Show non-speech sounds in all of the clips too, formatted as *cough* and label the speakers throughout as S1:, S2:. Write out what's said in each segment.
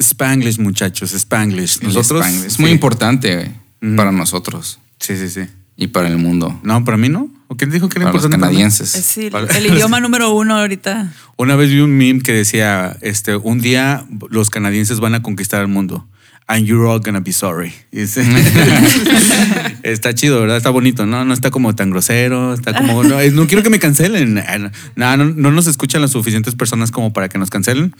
S1: Spanglish, muchachos, Spanglish.
S2: El
S1: Nosotros.
S2: Spanglish. Es
S1: sí.
S2: muy importante güey,
S1: Ujú.
S2: para nosotros
S1: Sí, sí, sí.
S2: y para el mundo.
S1: No, para mí no. ¿O quién dijo que era
S2: Para los
S1: importante? para mí?
S2: canadienses.
S3: Es sí,
S1: Para- *laughs*
S3: el idioma número uno ahorita.
S1: Una vez vi un meme que decía: este, un día los canadienses van a conquistar el mundo. And you're all gonna be sorry. Y
S2: *laughs*
S1: dice- está chido, ¿verdad? Está bonito, ¿no? No está como tan grosero, está como... No, es- no quiero que me cancelen. Ah, No, no, no nos escuchan las suficientes personas como para que nos cancelen.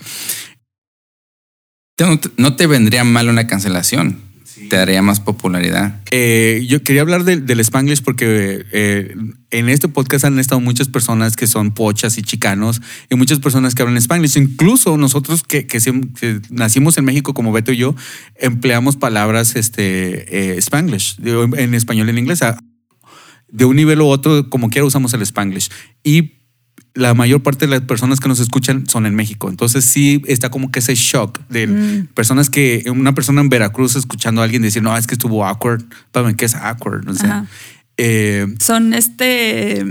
S2: Te- No te, no te vendría mal una cancelación. Te daría más popularidad.
S1: Eh, yo quería hablar del- del spanglish porque eh, en este podcast han estado muchas personas que son pochas y chicanos y muchas personas que hablan spanglish. Incluso nosotros que, que siem- que nacimos en México, como Beto y yo, empleamos palabras este, eh, spanglish, digo, en, en español y en inglés. A- De un nivel u otro, como quiera, usamos el spanglish. Y la mayor parte de las personas que nos escuchan son en México. Entonces sí está como que ese shock de
S3: Mm.
S1: personas que, una persona en Veracruz escuchando a alguien decir, no, es que estuvo awkward. Pame, ¿qué es awkward? O sea,
S3: Ajá.
S1: eh,
S3: Son este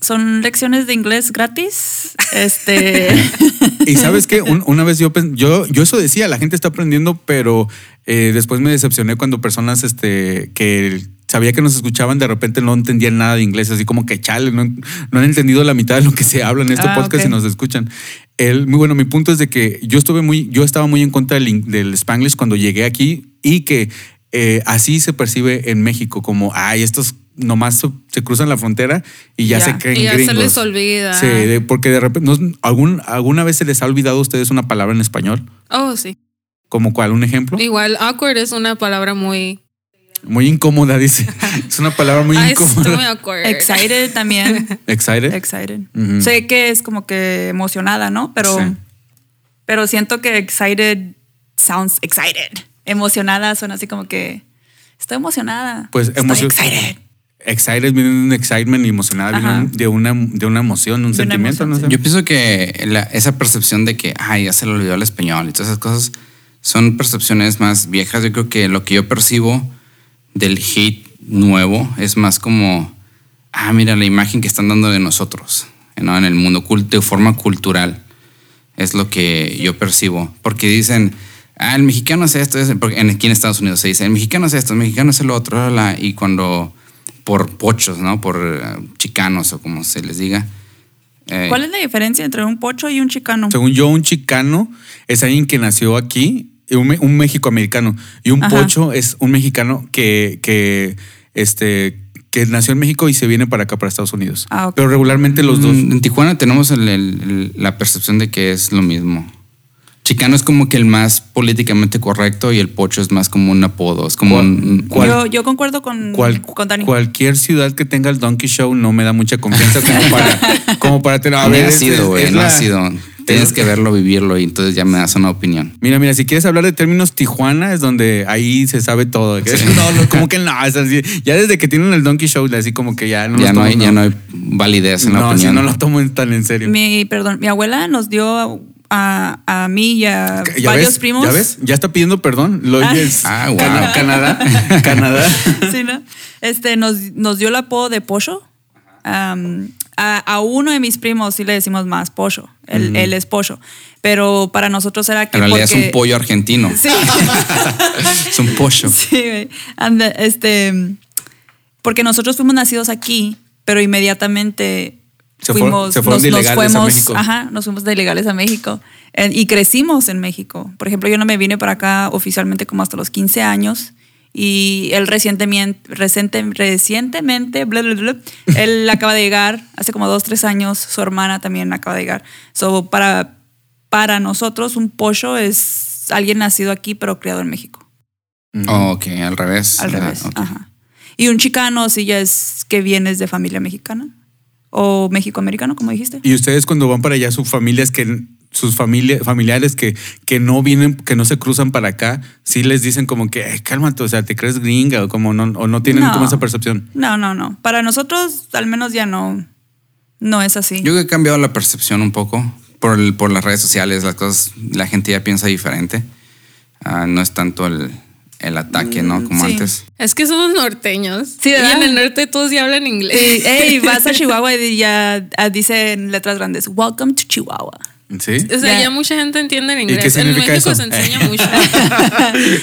S3: son lecciones de inglés gratis. Este *laughs*
S1: y sabes que una vez yo, pen- yo, yo eso decía, la gente está aprendiendo, pero eh, después me decepcioné cuando personas este, que sabía que nos escuchaban de repente no entendían nada de inglés, así como que chale, no, no han entendido la mitad de lo que se habla en este
S3: Ah,
S1: podcast
S3: ok.
S1: y nos escuchan. El, muy bueno, mi punto es de que yo estuve muy, yo estaba muy en contra del, in- del spanglish cuando llegué aquí y que eh, así se percibe en México, como, ay, estos nomás se, se cruzan la frontera y ya,
S3: Ya.
S1: se creen
S4: Y ya se
S1: gringos".
S4: les olvida.
S1: Sí, de- porque de repente, ¿no? ¿algún, ¿alguna vez se les ha olvidado a ustedes una palabra en español?
S4: Oh, sí.
S1: ¿Como cuál? ¿Un ejemplo?
S4: Igual, awkward es una palabra muy.
S1: Muy incómoda, dice.
S4: *laughs*
S1: es una palabra muy
S4: Ah, es muy
S1: incómoda.
S4: awkward.
S3: excited también.
S1: Excited.
S3: Excited.
S1: Ujú.
S3: Sé que es como que emocionada, ¿no? Pero
S1: Sí.
S3: pero siento que excited sounds excited. Emocionada suena así como que estoy emocionada.
S1: Pues
S3: estoy
S1: emocio-
S3: excited.
S1: Excited viene de un excitement y emocionada,
S3: Ajá.
S1: viene de una, de una emoción, un
S3: De una
S1: sentimiento,
S3: emoción,
S1: no
S3: sí.
S1: sé.
S2: Yo pienso que la- esa percepción de que, ay, ya se le olvidó el español y todas esas cosas son percepciones más viejas. Yo creo que lo que yo percibo del hate nuevo es más como, ah, mira la imagen que están dando de nosotros ¿no? en el mundo cult- de forma cultural. Es lo que yo percibo. Porque dicen, ah, el mexicano hace esto, es- porque en- aquí en Estados Unidos se dice, el mexicano hace esto, el mexicano hace lo otro, la, la, la", y cuando por pochos, ¿no? Por eh, chicanos o como se les diga. eh,
S3: ¿Cuál es la diferencia entre un pocho y un chicano?
S1: Según yo, un chicano es alguien que nació aquí, y un, me- un mexicoamericano. Y un
S3: Ajá.
S1: pocho es un mexicano que, que, este, que nació en México y se viene para acá, para Estados Unidos.
S3: Ah, ok.
S1: Pero regularmente los dos.
S2: Mm, En Tijuana tenemos el- el- el- la percepción de que es lo mismo. Chicano es como que el más políticamente correcto y el pocho es más como un apodo. Es como
S1: ¿Cuál-
S2: un- un-
S1: cuál-
S3: yo, yo concuerdo con,
S1: Cual-
S3: con Dani.
S1: Cualquier ciudad que tenga el Donkey Show no me da mucha confianza como
S3: *laughs*
S1: para, como para tener.
S2: no ha
S1: es- es-
S2: sido, güey,
S1: es
S2: no ha
S1: la-
S2: sido. Tienes que verlo, vivirlo y entonces ya me das una opinión.
S1: Mira, mira, si quieres hablar de términos Tijuana, es donde ahí se sabe todo. Que- No, no, como que no. es así. ya desde que tienen el Donkey Show, así como que ya no
S2: Ya
S1: los
S2: no,
S1: tomo,
S2: hay, ya no hay validez en la
S1: No, si
S2: opinión.
S1: no lo tomo en- tan en serio.
S3: Mi, perdón, mi abuela nos dio a, a, a mí y a
S1: ¿Ya
S3: varios
S1: ves?
S3: primos.
S1: ¿Ya ves? Ya está pidiendo perdón. Lo
S3: Ah.
S1: oyes.
S2: Ah, wow.
S1: Cana-
S3: *laughs*
S1: Canadá. Canadá.
S3: *laughs* Sí, ¿no? Este, nos, nos dio el apodo de Pocho. Am, a, a uno de mis primos sí le decimos más Pocho. Él, él es Pocho. Pero para nosotros era que.
S2: En realidad es
S3: porque-
S2: un pollo argentino.
S3: *laughs* Sí.
S2: *laughs* Es un pollo.
S3: Sí, güey. Anda, este, porque nosotros fuimos nacidos aquí, pero inmediatamente
S1: Se fueron-
S3: fuimos,
S1: se fueron de ilegales a
S3: fuimos,
S1: México.
S3: ajá, nos fuimos de ilegales a México Eh, y crecimos en México. Por ejemplo, yo no me vine para acá oficialmente como hasta los 15 años y él recientemente, reciente- recientemente, bla, bla, bla, él *laughs* acaba de llegar hace como dos, tres años, su hermana también acaba de llegar. So, para, para nosotros un pollo es alguien nacido aquí pero criado en México.
S2: Oh, ok, al revés.
S3: Al
S2: Ah,
S3: revés.
S2: ok.
S3: Ajá. Y un chicano, si ya es que vienes de familia mexicana o mexicoamericano, como dijiste.
S1: Y ustedes cuando van para allá, sus familias que sus familia- familiares que, que no vienen, que no se cruzan para acá, sí les dicen como que "Ay, cálmate, o sea, te crees gringa o como no, o no tienen
S3: No.
S1: como esa percepción.
S3: No, no, no. Para nosotros, al menos ya no, no es así.
S2: Yo creo que he cambiado la percepción un poco por, el- por las redes sociales, las cosas, la gente ya piensa diferente. Ah, no es tanto el, el ataque,
S1: Mm,
S2: ¿no? Como
S3: sí.
S2: antes.
S4: Es que somos norteños.
S3: Sí,
S4: y
S3: ¿verdad?
S4: en el norte todos ya hablan inglés.
S3: Ey, vas a Chihuahua y ya ah, dice en letras grandes, Welcome to Chihuahua. *laughs*
S1: ¿Sí?
S4: *laughs*
S1: *laughs*
S4: O sea,
S3: Ya.
S4: ya mucha gente entiende el
S1: qué
S4: inglés. En
S1: significa
S4: México
S1: eso?
S4: se
S3: *laughs*
S4: enseña mucho.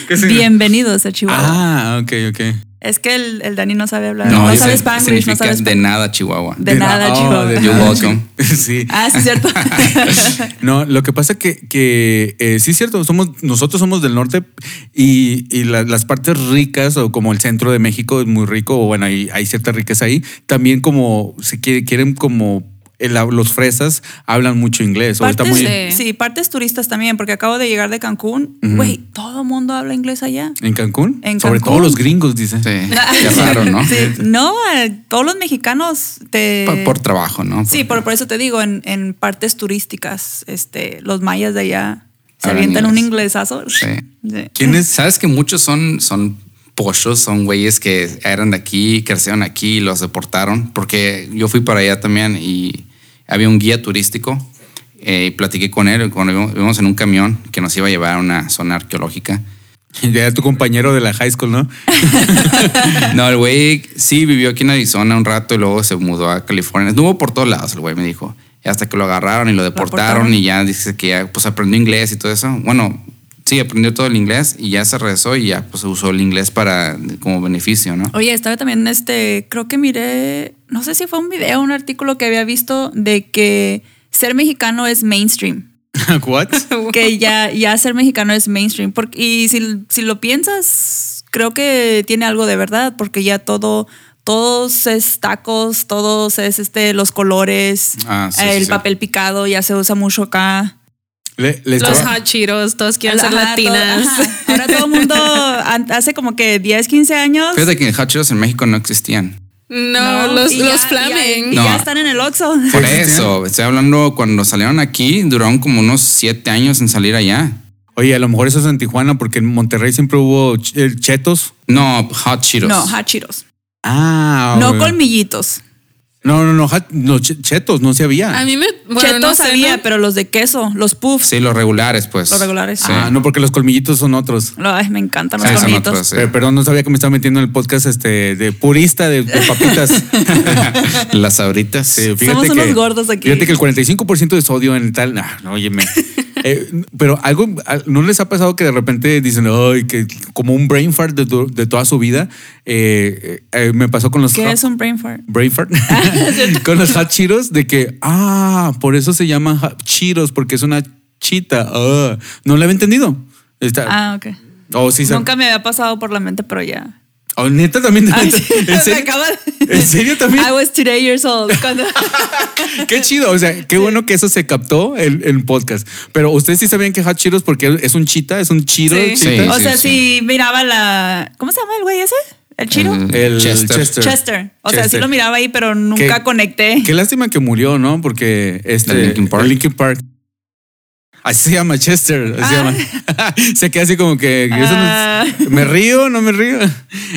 S1: ¿Qué significa?
S3: Bienvenidos a Chihuahua.
S1: Ah, ok, ok.
S3: Es que el, el Dani no sabe hablar.
S2: No,
S3: No,
S2: dice-
S3: sabe Spanglish, no
S2: significa
S3: sabe
S2: de
S3: Spanglish.
S2: nada, Chihuahua.
S3: De nada,
S1: oh,
S3: Chihuahua. *laughs*
S1: de
S2: You're
S1: nada.
S2: welcome.
S1: *laughs* Sí.
S3: Ah,
S2: *laughs*
S3: sí, cierto.
S1: No, lo que pasa que, que eh, sí es cierto, somos, nosotros somos del norte y, y la- las partes ricas, o como el centro de México es muy rico, o bueno, hay, hay cierta riqueza ahí. También como se quiere- quieren como el- los fresas hablan mucho inglés. o está
S3: partes,
S1: muy,
S4: de-
S3: sí, partes turistas también, porque acabo de llegar de Cancún. Güey, todo el mundo habla inglés allá.
S1: ¿En Cancún?
S3: En
S1: Sobre
S3: Cancún.
S1: todo los gringos, dicen.
S2: Sí,
S3: *laughs*
S2: qué raro, ¿no?
S3: Sí,
S2: *laughs*
S3: no, eh, todos los mexicanos te...
S2: Pa- Por trabajo, ¿no?
S3: Sí, por, por eso te digo, en, en partes turísticas, este, los mayas de allá se
S2: Hablan
S3: avientan un
S2: inglés.
S3: inglesazo.
S2: Sí.
S3: Sí.
S2: ¿Quiénes? Sabes que muchos son, son pochos, son güeyes que eran de aquí, crecieron aquí y los deportaron. Porque yo fui para allá también y había un guía turístico eh, y platiqué con él. Cuando íbamos- íbamos en un camión que nos iba a llevar a una zona arqueológica.
S1: *laughs* Ya tu compañero de la high school, ¿no?
S2: No, el güey sí vivió aquí en Arizona un rato y luego se mudó a California. Estuvo por todos lados, el güey me dijo. Y Hasta que lo agarraron y lo deportaron
S3: aportaron.
S2: y ya dice que ya pues aprendió inglés y todo eso. Bueno, sí, aprendió todo el inglés y ya se regresó y ya pues usó el inglés para como beneficio, ¿no?
S3: Oye, estaba también, este, creo que miré, no sé si fue un video, un artículo que había visto de que ser mexicano es mainstream.
S1: *laughs* ¿What?
S3: que ya, ya ser mexicano es mainstream. Porque, y si, si lo piensas, creo que tiene algo de verdad, porque ya todo, todos es tacos, todos es este, los colores,
S2: Ah, sí, sí,
S3: el
S2: sí.
S3: papel picado ya se usa mucho acá.
S1: Le- les
S4: Los
S1: estaba-
S4: hot Cheetos, todos quieren ser
S3: Ajá, todo-
S4: latinas.
S3: ajá. Ahora todo el mundo, an- hace como que 10, 15 años.
S2: Fíjate que hacheros en México no existían.
S4: No, los,
S3: y
S4: los
S3: ya- Y, ya,
S4: flamen.
S3: y ya
S2: No.
S3: están en el Oxxo.
S2: Por
S1: existían?
S2: eso, estoy hablando cuando salieron aquí, duraron como unos siete años en salir allá.
S1: Oye, a lo mejor eso es en Tijuana, porque en Monterrey siempre hubo ch- eh, chetos.
S2: No, hot Cheetos.
S3: No, hachiros.
S1: Ah,
S3: no
S1: güey.
S3: colmillitos.
S1: No, no, no, ja- no, che- chetos, no se había.
S4: A mí me. Bueno,
S3: Chetos
S4: no sé,
S3: había,
S4: ¿no?
S3: pero los de queso, los puffs,
S2: Sí, los regulares, pues.
S3: los regulares.
S2: Sí.
S1: Ah, no, porque los colmillitos son otros.
S3: Lo- Ay, me encantan los
S2: Sí, son
S3: colmillitos.
S2: otros, sí.
S1: Pero, perdón, no sabía que me estaba metiendo en el podcast este de purista de, de papitas.
S3: *laughs*
S2: *laughs* Las abritas.
S1: Sí, fíjate
S3: Somos unos
S1: que-
S3: gordos aquí.
S1: Fíjate que el 45% de sodio en tal. Ah, no,
S3: *laughs*
S1: óyeme. Eh, pero algo, al- ¿no les ha pasado que de repente dicen, ay, que como un brain fart de, tu- de toda su vida? Eh, eh, eh, me pasó con los.
S3: ¿Qué es un brain fart?
S1: brain
S3: *laughs*
S1: fart?
S3: Ah,
S1: *laughs* con los hot cheetos de que, ah, por eso se llaman hot cheetos, porque es una chita. Ah, no lo había entendido. Está,
S3: Ah, ok.
S1: Oh, sí, se-
S3: Nunca me había pasado por la mente,
S1: *laughs*
S3: pero ya.
S1: Oh, neta también. *laughs*
S3: Ah,
S1: ¿En
S3: sí, *laughs* me
S1: serio?
S3: acaba de- Ah,
S1: ¿En serio también?
S3: *laughs* I was today years old. Cuando...
S1: *laughs*
S3: *laughs*
S1: Qué chido. O sea, qué bueno que eso se captó en el podcast. Pero ustedes sí sabían que Hot Cheetos porque es un chita, es un chiro.
S3: Sí.
S1: chita?
S2: Sí,
S3: o sea,
S2: sí.
S3: si miraba la. ¿Cómo se llama el güey ese? ¿El chino?
S2: El-
S1: El Chester.
S2: Chester.
S3: Chester. O sea, sí
S1: Chester.
S3: lo miraba ahí, pero nunca
S1: Qué-
S3: conecté.
S1: *laughs* Qué lástima que murió, ¿no? Porque este.
S2: El Linkin Park.
S1: el Linkin Park. Así se llama Chester. Así se
S3: Ah.
S1: llama. *laughs* se queda así como que. eso no es-
S3: Ah.
S1: ¿Me río? ¿No me río?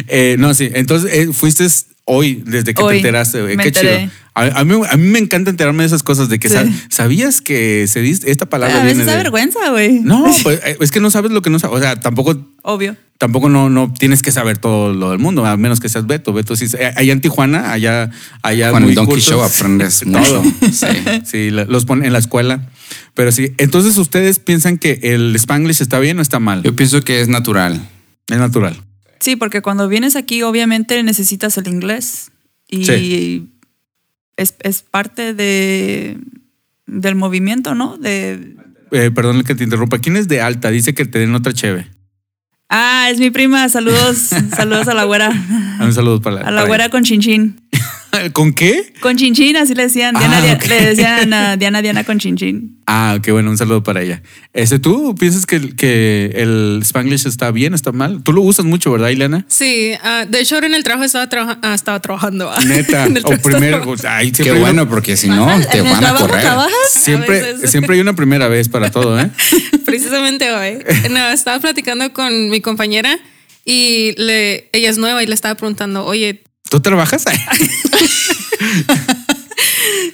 S1: Eh, no, sí. Entonces, eh, fuiste hoy, desde que
S3: Hoy.
S1: te enteraste. güey.
S3: Me
S1: Qué
S3: enteré.
S1: chido. A, a mí, a mí me encanta enterarme de esas cosas, de que
S3: Sí.
S1: sab- sabías que se dice esta palabra.
S3: a
S1: viene
S3: veces da
S1: de-
S3: vergüenza, güey.
S1: No, pues, eh, es que no sabes lo que no sabes. O sea, tampoco,
S3: Obvio.
S1: tampoco no, no tienes que saber todo lo del mundo, a menos que seas Beto. Beto sí, eh, allá en Tijuana, allá,
S3: Ah,
S1: allá.
S2: Con
S1: muy
S2: el Donkey
S1: cultos.
S2: Show aprendes
S1: Todo.
S2: mucho. Sí.
S1: Sí, la- los ponen en la escuela. Pero sí, entonces ustedes piensan que el Spanglish está bien o está mal.
S2: Yo pienso que es natural.
S1: Es natural.
S3: Sí, porque cuando vienes aquí, obviamente necesitas el inglés. Y
S1: Sí.
S3: es, es parte de, del movimiento, ¿no? De,
S1: Eh, perdón que te interrumpa. ¿Quién es de alta? Dice que te den otra cheve.
S3: Ah, es mi prima. Saludos, saludos a la güera.
S1: Ah, Un saludo para
S3: A la güera con chinchín.
S1: para- *laughs* ¿Con qué?
S3: Con chinchín, así le decían. Diana,
S1: Ah,
S3: Dia-
S1: ok.
S3: Le decían a Diana, Diana con chinchín.
S1: Ah, qué bueno, un saludo para ella. Este, ¿Tú piensas que, que el Spanglish está bien, está mal? Tú lo usas mucho, ¿verdad, Ileana?
S4: Sí, ah, de hecho ahora en el trabajo estaba, trabaja- ah, estaba trabajando. ah.
S1: Neta,
S4: *laughs* En el
S1: o
S4: trabajo
S1: primero.
S4: estaba-
S1: Ay,
S2: Qué
S1: siempre hay
S2: bueno,
S1: una-
S2: porque si no, te
S3: ¿En el
S2: van a
S3: trabajo
S2: correr.
S3: trabajas?
S1: siempre,
S4: veces.
S1: siempre hay una primera vez para todo, ¿eh?
S4: Precisamente hoy. No, estaba platicando con mi compañera y le, ella es nueva y le estaba preguntando, oye,
S1: ¿Tú trabajas?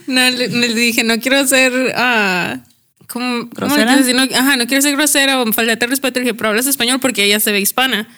S4: no, le, le dije, no quiero ser... ah, ¿Cómo, cómo le
S3: ¿Grosera?
S4: quieres decir? No, ajá, no quiero ser grosera o faltarte al respeto. Le dije, pero hablas español porque ella se ve hispana.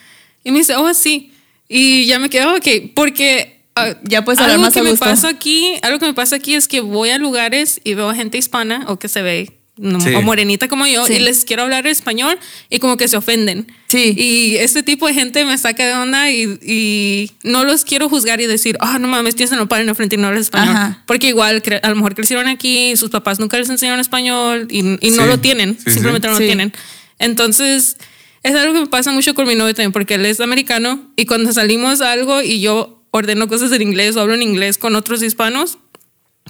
S4: Y me dice, oh, sí. Y ya me quedé, "Oh, ok, porque... ah,
S3: Ya puedes hablar
S4: algo
S3: más
S4: que
S3: a
S4: me
S3: gusto.
S4: pasa aquí, algo que me pasa aquí es que voy a lugares y veo gente hispana o que se ve no-
S1: Sí.
S4: o morenita como yo
S3: Sí.
S4: y les quiero hablar español y como que se ofenden.
S3: Sí.
S4: Y este tipo de gente me saca de onda y, y no los quiero juzgar y decir, ah, no mames, tienes en nopal en la frente y no hablas español.
S3: Ajá.
S4: Porque igual cre- a lo mejor crecieron aquí, sus papás nunca les enseñaron español y, y no
S1: Sí.
S4: lo tienen,
S1: Sí, sí.
S4: simplemente no
S3: Sí.
S4: lo tienen. Entonces, es algo que me pasa mucho con mi novio también, porque él es americano y cuando salimos a algo y yo ordeno cosas en inglés o hablo en inglés con otros hispanos,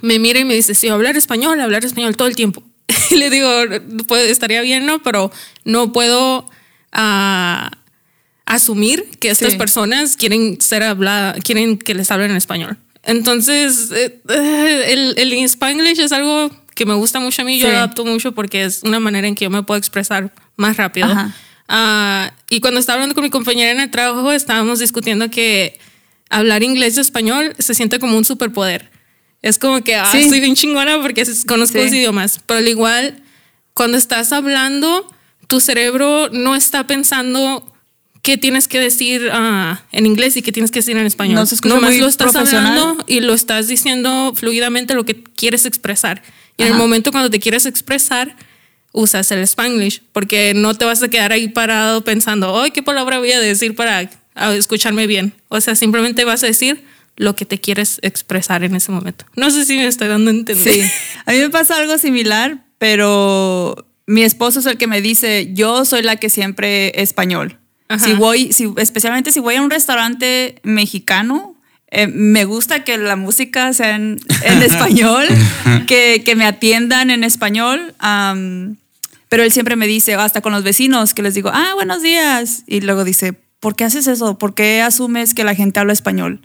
S4: me mira y me dice, sí, hablar español, hablar español todo el tiempo. *laughs* Y le digo, "Pues, estaría bien, ¿no? Pero no puedo ah, asumir que estas
S3: Sí.
S4: personas quieren ser hablada, quieren que les hablen en español. Entonces, eh, eh, el, el Spanglish es algo que me gusta mucho a mí, yo
S3: Sí.
S4: lo adapto mucho porque es una manera en que yo me puedo expresar más rápido.
S3: Ajá.
S4: Ah, y cuando estaba hablando con mi compañera en el trabajo, estábamos discutiendo que hablar inglés y español se siente como un superpoder. Es como que, ah,
S3: Sí.
S4: soy bien chingona porque s- conozco
S3: Sí.
S4: los idiomas. Pero al igual, cuando estás hablando, tu cerebro no está pensando qué tienes que decir ah, en inglés y qué tienes que decir en español.
S3: No se escucha
S4: Nomás
S3: muy
S4: lo estás
S3: profesional.
S4: hablando y lo estás diciendo fluidamente lo que quieres expresar. Y en el
S3: Ajá.
S4: momento cuando te quieres expresar, usas el spanglish, porque no te vas a quedar ahí parado pensando, ay, ¿qué palabra voy a decir para ah, escucharme bien? O sea, simplemente vas a decir lo que te quieres expresar en ese momento. No sé si me estoy dando a entender.
S3: Sí. A mí me pasa algo similar, pero mi esposo es el que me dice, yo soy la que siempre español.
S4: Ajá.
S3: Si voy, si, especialmente si voy a un restaurante mexicano, eh, me gusta que la música sea en, en español, que, que me atiendan en español. am, pero él siempre me dice, hasta con los vecinos, que les digo, ah, buenos días. Y luego dice, ¿por qué haces eso? ¿Por qué asumes que la gente habla español?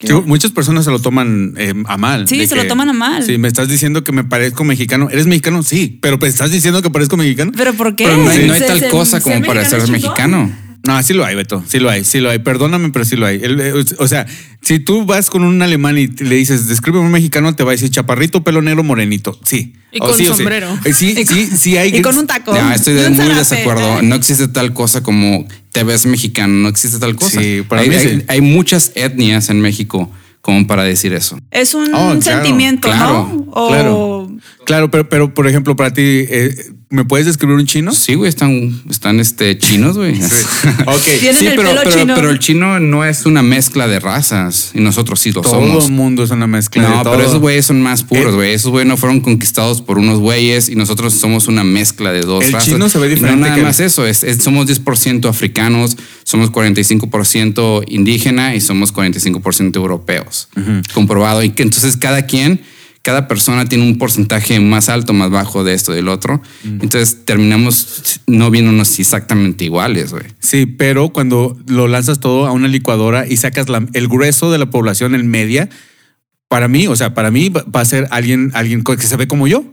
S1: Sí, muchas personas se lo toman eh, a mal.
S3: Sí,
S1: de
S3: se lo toman a mal.
S1: Sí, me estás diciendo que me parezco mexicano. ¿Eres mexicano? Sí, pero ¿me estás diciendo que parezco mexicano?
S3: ¿Pero por qué?
S1: Pero
S2: No hay,
S1: Sí.
S2: no hay
S3: Se-
S2: tal
S3: se-
S2: cosa como para ser
S3: es chingón.
S2: mexicano.
S1: No, sí lo hay, Beto. Sí lo hay, sí lo hay. Perdóname, pero sí lo hay. El, eh, o sea, si tú vas con un alemán y le dices, describe a un mexicano, te va a decir chaparrito, pelo negro, morenito. Sí.
S4: Y
S1: O
S4: con
S1: sí, o sí.
S4: sombrero.
S1: Eh, Sí, sí, sí hay.
S3: Y con un taco.
S2: No, estoy
S3: Y
S2: de-
S3: un
S2: muy
S3: zarape. ¿eh?
S2: desacuerdo. No existe tal cosa como te ves mexicano, no existe tal cosa.
S1: Sí, para
S2: hay,
S1: mí
S2: hay-
S1: sí.
S2: hay muchas etnias en México como para decir eso.
S3: Es un
S1: Oh, claro,
S3: sentimiento,
S2: claro,
S3: ¿no? O-
S1: Claro. Claro, pero, pero por ejemplo, para ti, eh, ¿me puedes describir un chino?
S2: Sí, güey, están, están este, chinos, güey.
S1: *laughs*
S2: *laughs*
S1: Ok.
S3: Tienen el
S2: pero,
S3: pelo
S2: pero,
S3: chino.
S2: pero el chino no es una mezcla de razas y nosotros sí lo
S1: Todo
S2: somos.
S1: el mundo es una mezcla. de
S2: No,
S1: todo. Eh,
S2: pero esos güeyes son más
S1: El-
S2: puros, güey. Esos güeyes no fueron conquistados por unos güeyes y nosotros somos una mezcla de dos
S1: El
S2: razas.
S1: chino se ve
S2: Y
S1: diferente
S2: No nada
S1: que el-
S2: más eso, es, es- somos 10% africanos, somos 45% indígena y somos 45% europeos. Comprobado. Y que entonces cada quien, cada persona tiene un porcentaje más alto, más bajo de esto, del otro. Entonces terminamos no viéndonos exactamente iguales, güey.
S1: Sí, pero cuando lo lanzas todo a una licuadora y sacas la- el grueso de la población en media, para mí, o sea, para mí va va a ser alguien, alguien co- que se ve como yo.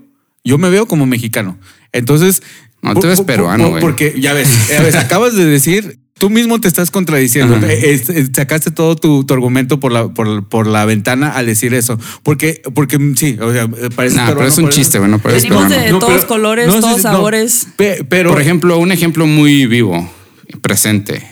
S1: Yo me veo como mexicano. Entonces.
S2: No,
S1: po-
S2: tú eres
S1: po- po-
S2: peruano,
S1: po-
S2: güey.
S1: Porque ya ves, ya
S2: *laughs*
S1: ves, acabas de decir, tú mismo te estás contradiciendo.
S2: Ajá.
S1: Eh, eh, eh, sacaste todo tu, tu argumento por la, por, por la ventana al decir eso. Porque, porque mm, sí, o sea, eh, parece.
S2: Nah, pero
S1: peruano,
S2: es un
S1: por eso-
S2: chiste, güey, no pareces
S3: Venimos
S2: peruano.
S3: de todos colores,
S1: sí,
S3: todos
S1: sí,
S3: sabores.
S1: Pe- pero,
S2: Por ejemplo, un ejemplo muy vivo, presente.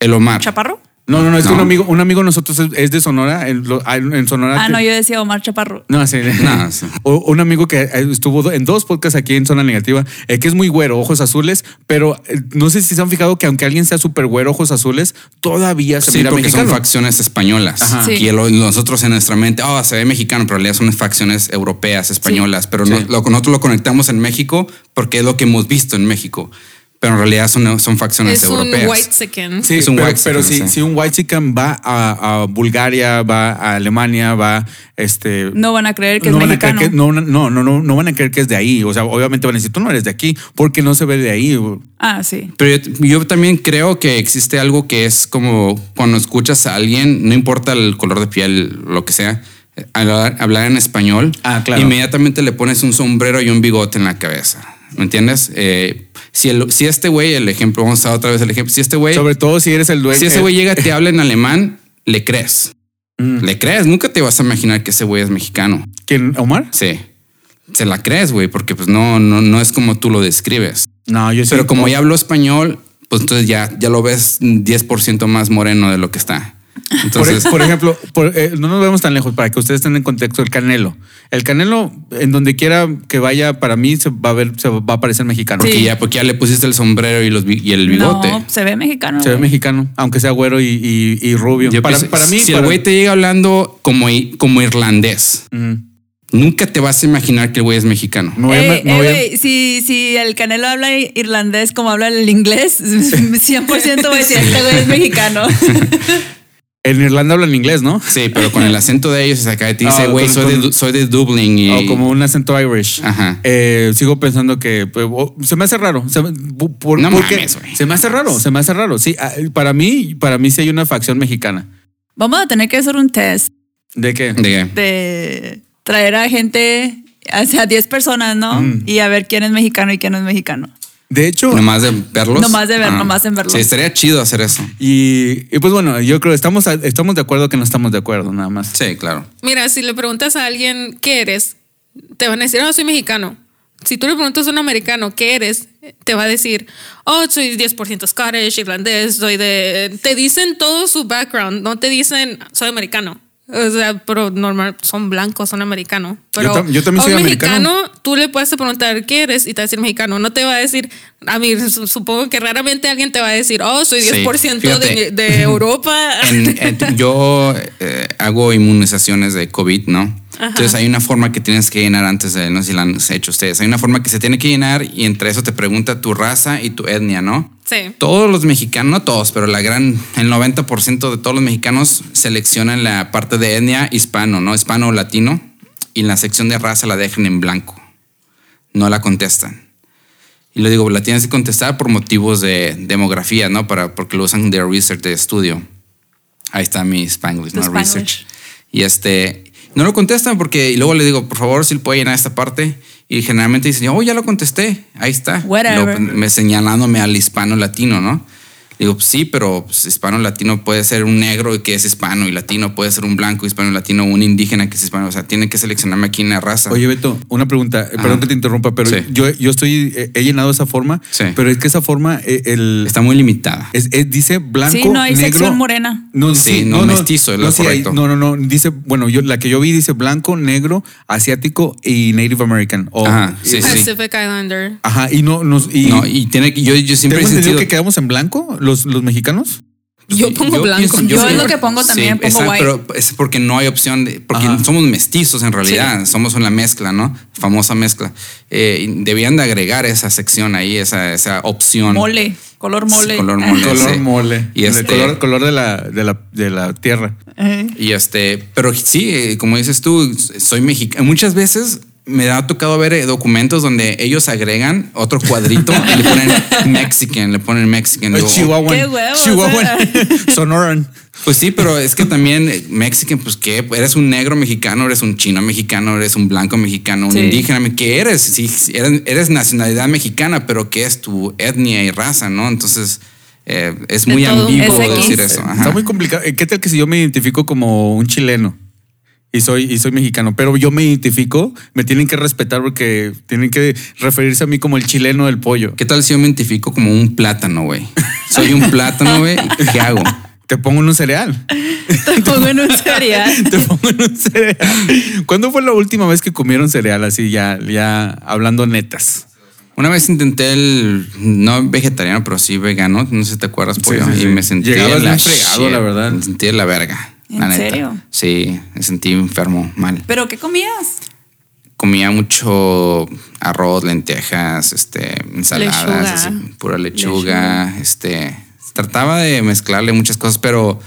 S2: El Omar.
S3: ¿Chaparro?
S1: No, no, no, es que
S2: No.
S1: un amigo, un amigo de nosotros es, es de Sonora, en, lo- en Sonora.
S3: Ah,
S1: que-
S3: no, yo decía Omar Chaparro.
S1: No, sí.
S2: *laughs* No, sí.
S1: O- un amigo que eh, estuvo do- en dos podcasts aquí en Zona Negativa, eh, que es muy güero, ojos azules, pero eh, no sé si se han fijado que aunque alguien sea súper güero, ojos azules, todavía se
S2: Sí,
S1: mira
S2: porque
S1: mexicano.
S2: son facciones españolas.
S1: Ajá.
S3: Sí.
S2: Y lo- nosotros en nuestra mente, oh, se ve mexicano, pero en realidad son facciones europeas, españolas. Pero no-
S1: Sí.
S2: lo- nosotros lo conectamos en México porque es lo que hemos visto en México. Pero en realidad son, son facciones
S4: Es un
S2: europeas.
S4: white second.
S1: Sí,
S2: Es un
S1: pero,
S2: white
S1: pero
S2: chicken,
S1: si,
S2: sí.
S1: si un white chicken va a, a Bulgaria, va a Alemania, va este
S3: No van a creer que
S1: no
S3: es
S1: van a creer
S3: mexicano.
S1: que- no, no, no, no, no van a creer que es de ahí. O sea, obviamente van a decir, tú no eres de aquí, porque no se ve de ahí.
S3: Ah, sí.
S2: Pero yo, yo también creo que existe algo que es como cuando escuchas a alguien, no importa el color de piel, lo que sea, hablar, hablar en español,
S1: Ah, claro.
S2: inmediatamente le pones un sombrero y un bigote en la cabeza. ¿Me entiendes? Eh, si, el- si este güey, el ejemplo, vamos a usar otra vez el ejemplo, si este güey,
S1: Sobre todo si eres el dueño.
S2: si ese güey llega y te habla en alemán, le crees.
S1: Mm.
S2: Le crees, nunca te vas a imaginar que ese güey es mexicano.
S1: ¿Quién? ¿Omar?
S2: Sí. Se la crees, güey, porque pues no, no, no es como tú lo describes.
S1: No, yo sí.
S2: Pero como ya hablo español, pues entonces ya, ya lo ves 10% más moreno de lo que está.
S1: *laughs* Por,
S2: Entonces,
S1: por ejemplo, por- eh, no nos vemos tan lejos para que ustedes estén en contexto. El Canelo. El Canelo, en donde quiera que vaya, para mí se va a ver, se va a parecer mexicano.
S2: porque
S3: Sí.
S2: ya, porque ya le pusiste el sombrero y, los, bi- y el bigote.
S3: No, se ve mexicano.
S1: Se ve
S3: güey.
S1: mexicano, aunque sea güero y, y- y rubio.
S2: Yo
S1: para,
S2: pienso,
S1: para mí,
S2: si
S1: para-
S2: el güey te llega hablando como, i- como irlandés,
S1: Ujú.
S2: nunca te vas a imaginar que el güey es mexicano.
S1: Me voy a-
S3: Ey,
S1: me
S3: ey,
S1: voy a-
S3: Eh, güey, si, si el Canelo habla irlandés como habla el inglés, *laughs* 100% voy a decir, este güey
S1: *laughs*
S3: es mexicano.
S1: En Irlanda hablan inglés, ¿no?
S2: Sí, pero con el acento de ellos, acá te dice,
S1: Ah,
S2: güey,
S1: con-
S2: soy, de
S1: con-
S2: Du- soy de Dublín. Y,
S1: O como un acento Irish.
S2: Ajá.
S1: Eh, sigo pensando que pues, o- se me hace raro. Se, me- bu- por-
S2: No
S1: porque-
S2: mames, güey.
S1: se me hace raro, se me hace raro. Sí, ah, para mí, para mí sí hay una facción mexicana.
S3: Vamos a tener que hacer un test
S1: ¿De qué?
S2: de-
S3: de traer a gente, o sea, 10 personas, ¿no?
S1: Mm.
S3: Y a ver quién es mexicano y quién no es mexicano.
S1: De hecho,
S2: nomás de verlos. Ah.
S3: Nomás de ver- nomás en verlos.
S2: Sí, estaría chido hacer eso.
S1: y, y pues bueno, yo creo estamos a- estamos de acuerdo que no estamos de acuerdo, nada más.
S2: Sí, claro.
S4: Mira, si le preguntas a alguien qué eres, te van a decir, oh, soy mexicano. Si tú le preguntas a un americano qué eres, te va a decir, oh, soy 10% Scottish, irlandés, soy de... Te dicen todo su background, no te dicen, soy americano. O sea, pero normal, son blancos, son americanos. Pero
S1: tam- yo también
S4: a un
S1: soy americano.
S4: tú le puedes preguntar qué eres y te va a decir mexicano. No te va a decir, a mí su- supongo que raramente alguien te va a decir, oh, soy
S2: Sí,
S4: 10% de,
S2: fíjate.
S4: de Europa.
S2: En-
S4: *laughs*
S2: en- yo eh, hago inmunizaciones de COVID, ¿no? Entonces hay una forma que tienes que llenar antes de, no sé si la han hecho ustedes, hay una forma que se tiene que llenar y entre eso te pregunta tu raza y tu etnia, ¿no?
S4: sí.
S2: Todos los mexicanos, no todos, pero la gran, el 90% de todos los mexicanos seleccionan la parte de etnia hispano, ¿no? Hispano o latino y la sección de raza la dejan en blanco. No la contestan. Y le digo, la tienes que contestar por motivos de demografía, ¿no? Para, porque lo usan de research, de estudio. Ahí está mi Spanglish,
S3: Tu
S2: no
S3: Spanglish.
S2: research. Y este, no lo contestan porque, y luego le digo, por favor, si puede llenar esta parte. Y generalmente dicen, oh, ya lo contesté, ahí está. Y luego, pues,
S3: Whatever.
S2: me señalándome al hispano latino, ¿no? Digo, pues sí, pero pues, hispano latino puede ser un negro que es hispano y latino, puede ser un blanco hispano y latino, un indígena que es hispano. O sea, tiene que seleccionarme aquí en la raza.
S1: Oye, Beto, una pregunta. Eh, Perdón que te interrumpa, pero
S2: Sí.
S1: yo, yo estoy, eh, he llenado esa forma,
S2: Sí.
S1: pero es que esa forma, eh, el,
S2: Está muy limitada.
S1: Es- es- dice blanco,
S3: Sí, no hay
S1: negro.
S3: sección morena.
S1: No,
S2: Sí, no, mestizo es lo
S1: sí, hay-
S2: correcto.
S1: no, no, no. Dice, bueno, yo la que yo vi dice blanco, negro, asiático y Native American. O,
S2: Ajá, sí,
S1: eh,
S2: sí.
S4: Pacific Islander.
S1: Ajá, y no, nos, y,
S2: no, y tiene que, yo, yo
S1: ¿tengo
S2: siempre he
S1: entendido
S2: sentido
S1: que quedamos en blanco los, los mexicanos?
S4: Yo pongo blanco.
S2: pienso-
S3: Yo es
S2: siempre-
S3: lo que pongo también, pongo
S2: exacto,
S3: white.
S2: Pero es porque no hay opción, de, porque
S1: Ajá.
S2: somos mestizos en realidad, somos una mezcla, ¿no? Famosa mezcla. Eh, y debían de agregar esa sección ahí, esa, esa opción.
S3: Mole, color mole.
S2: Sí, color
S3: Ah. *laughs*
S2: mole.
S1: Color
S2: sí.
S1: mole.
S2: Y
S1: el
S2: este-
S1: color, color de, la, de, la, de la tierra.
S3: Ajá.
S2: Y este, pero sí, eh, como dices tú, soy mexicano. Muchas veces me ha tocado ver eh, documentos donde ellos agregan otro cuadrito y le
S4: *laughs*
S2: ponen Mexican, le ponen Mexican. Digo,
S1: Chihuahua.
S3: Qué huevos,
S1: Chihuahua. Sonoran.
S2: Pues sí, pero es que también eh, Mexican, pues qué, eres un negro mexicano, eres un chino mexicano, eres un blanco mexicano, un
S3: Sí.
S2: indígena, ¿qué eres? Sí, sí, eres, eres nacionalidad mexicana, pero ¿qué es tu etnia y raza, no? Entonces eh, es
S4: De
S2: muy
S4: todo un
S2: ambiguo
S3: poco.
S2: decir eso. ajá.
S1: Está muy complicado. Eh, ¿Qué tal que si yo me identifico como un chileno y soy, y soy mexicano, pero yo me identifico, me tienen que respetar porque tienen que referirse a mí como el chileno del pollo?
S2: ¿Qué tal si yo me identifico como un plátano, güey? Soy un plátano, güey. ¿Qué hago?
S1: Te pongo en un cereal. *laughs*
S2: *laughs*
S3: Te pongo en un *laughs* cereal.
S1: Te pongo en un cereal. ¿Cuándo fue la última vez que comieron cereal así ya, ya hablando netas?
S2: Una vez intenté el no vegetariano, pero sí vegano. No sé si te acuerdas, pollo.
S1: sí, sí.
S2: Y me sentí
S1: Llegabas
S2: de
S1: bien fregado, la verdad.
S2: Me sentí de la verga.
S3: ¿En
S2: la neta.
S3: serio?
S2: Sí, me sentí enfermo, mal.
S3: ¿Pero qué comías?
S2: Comía mucho arroz, lentejas, este,
S4: Lechuga.
S2: ensaladas, así, pura lechuga, este, trataba de mezclarle muchas cosas, pero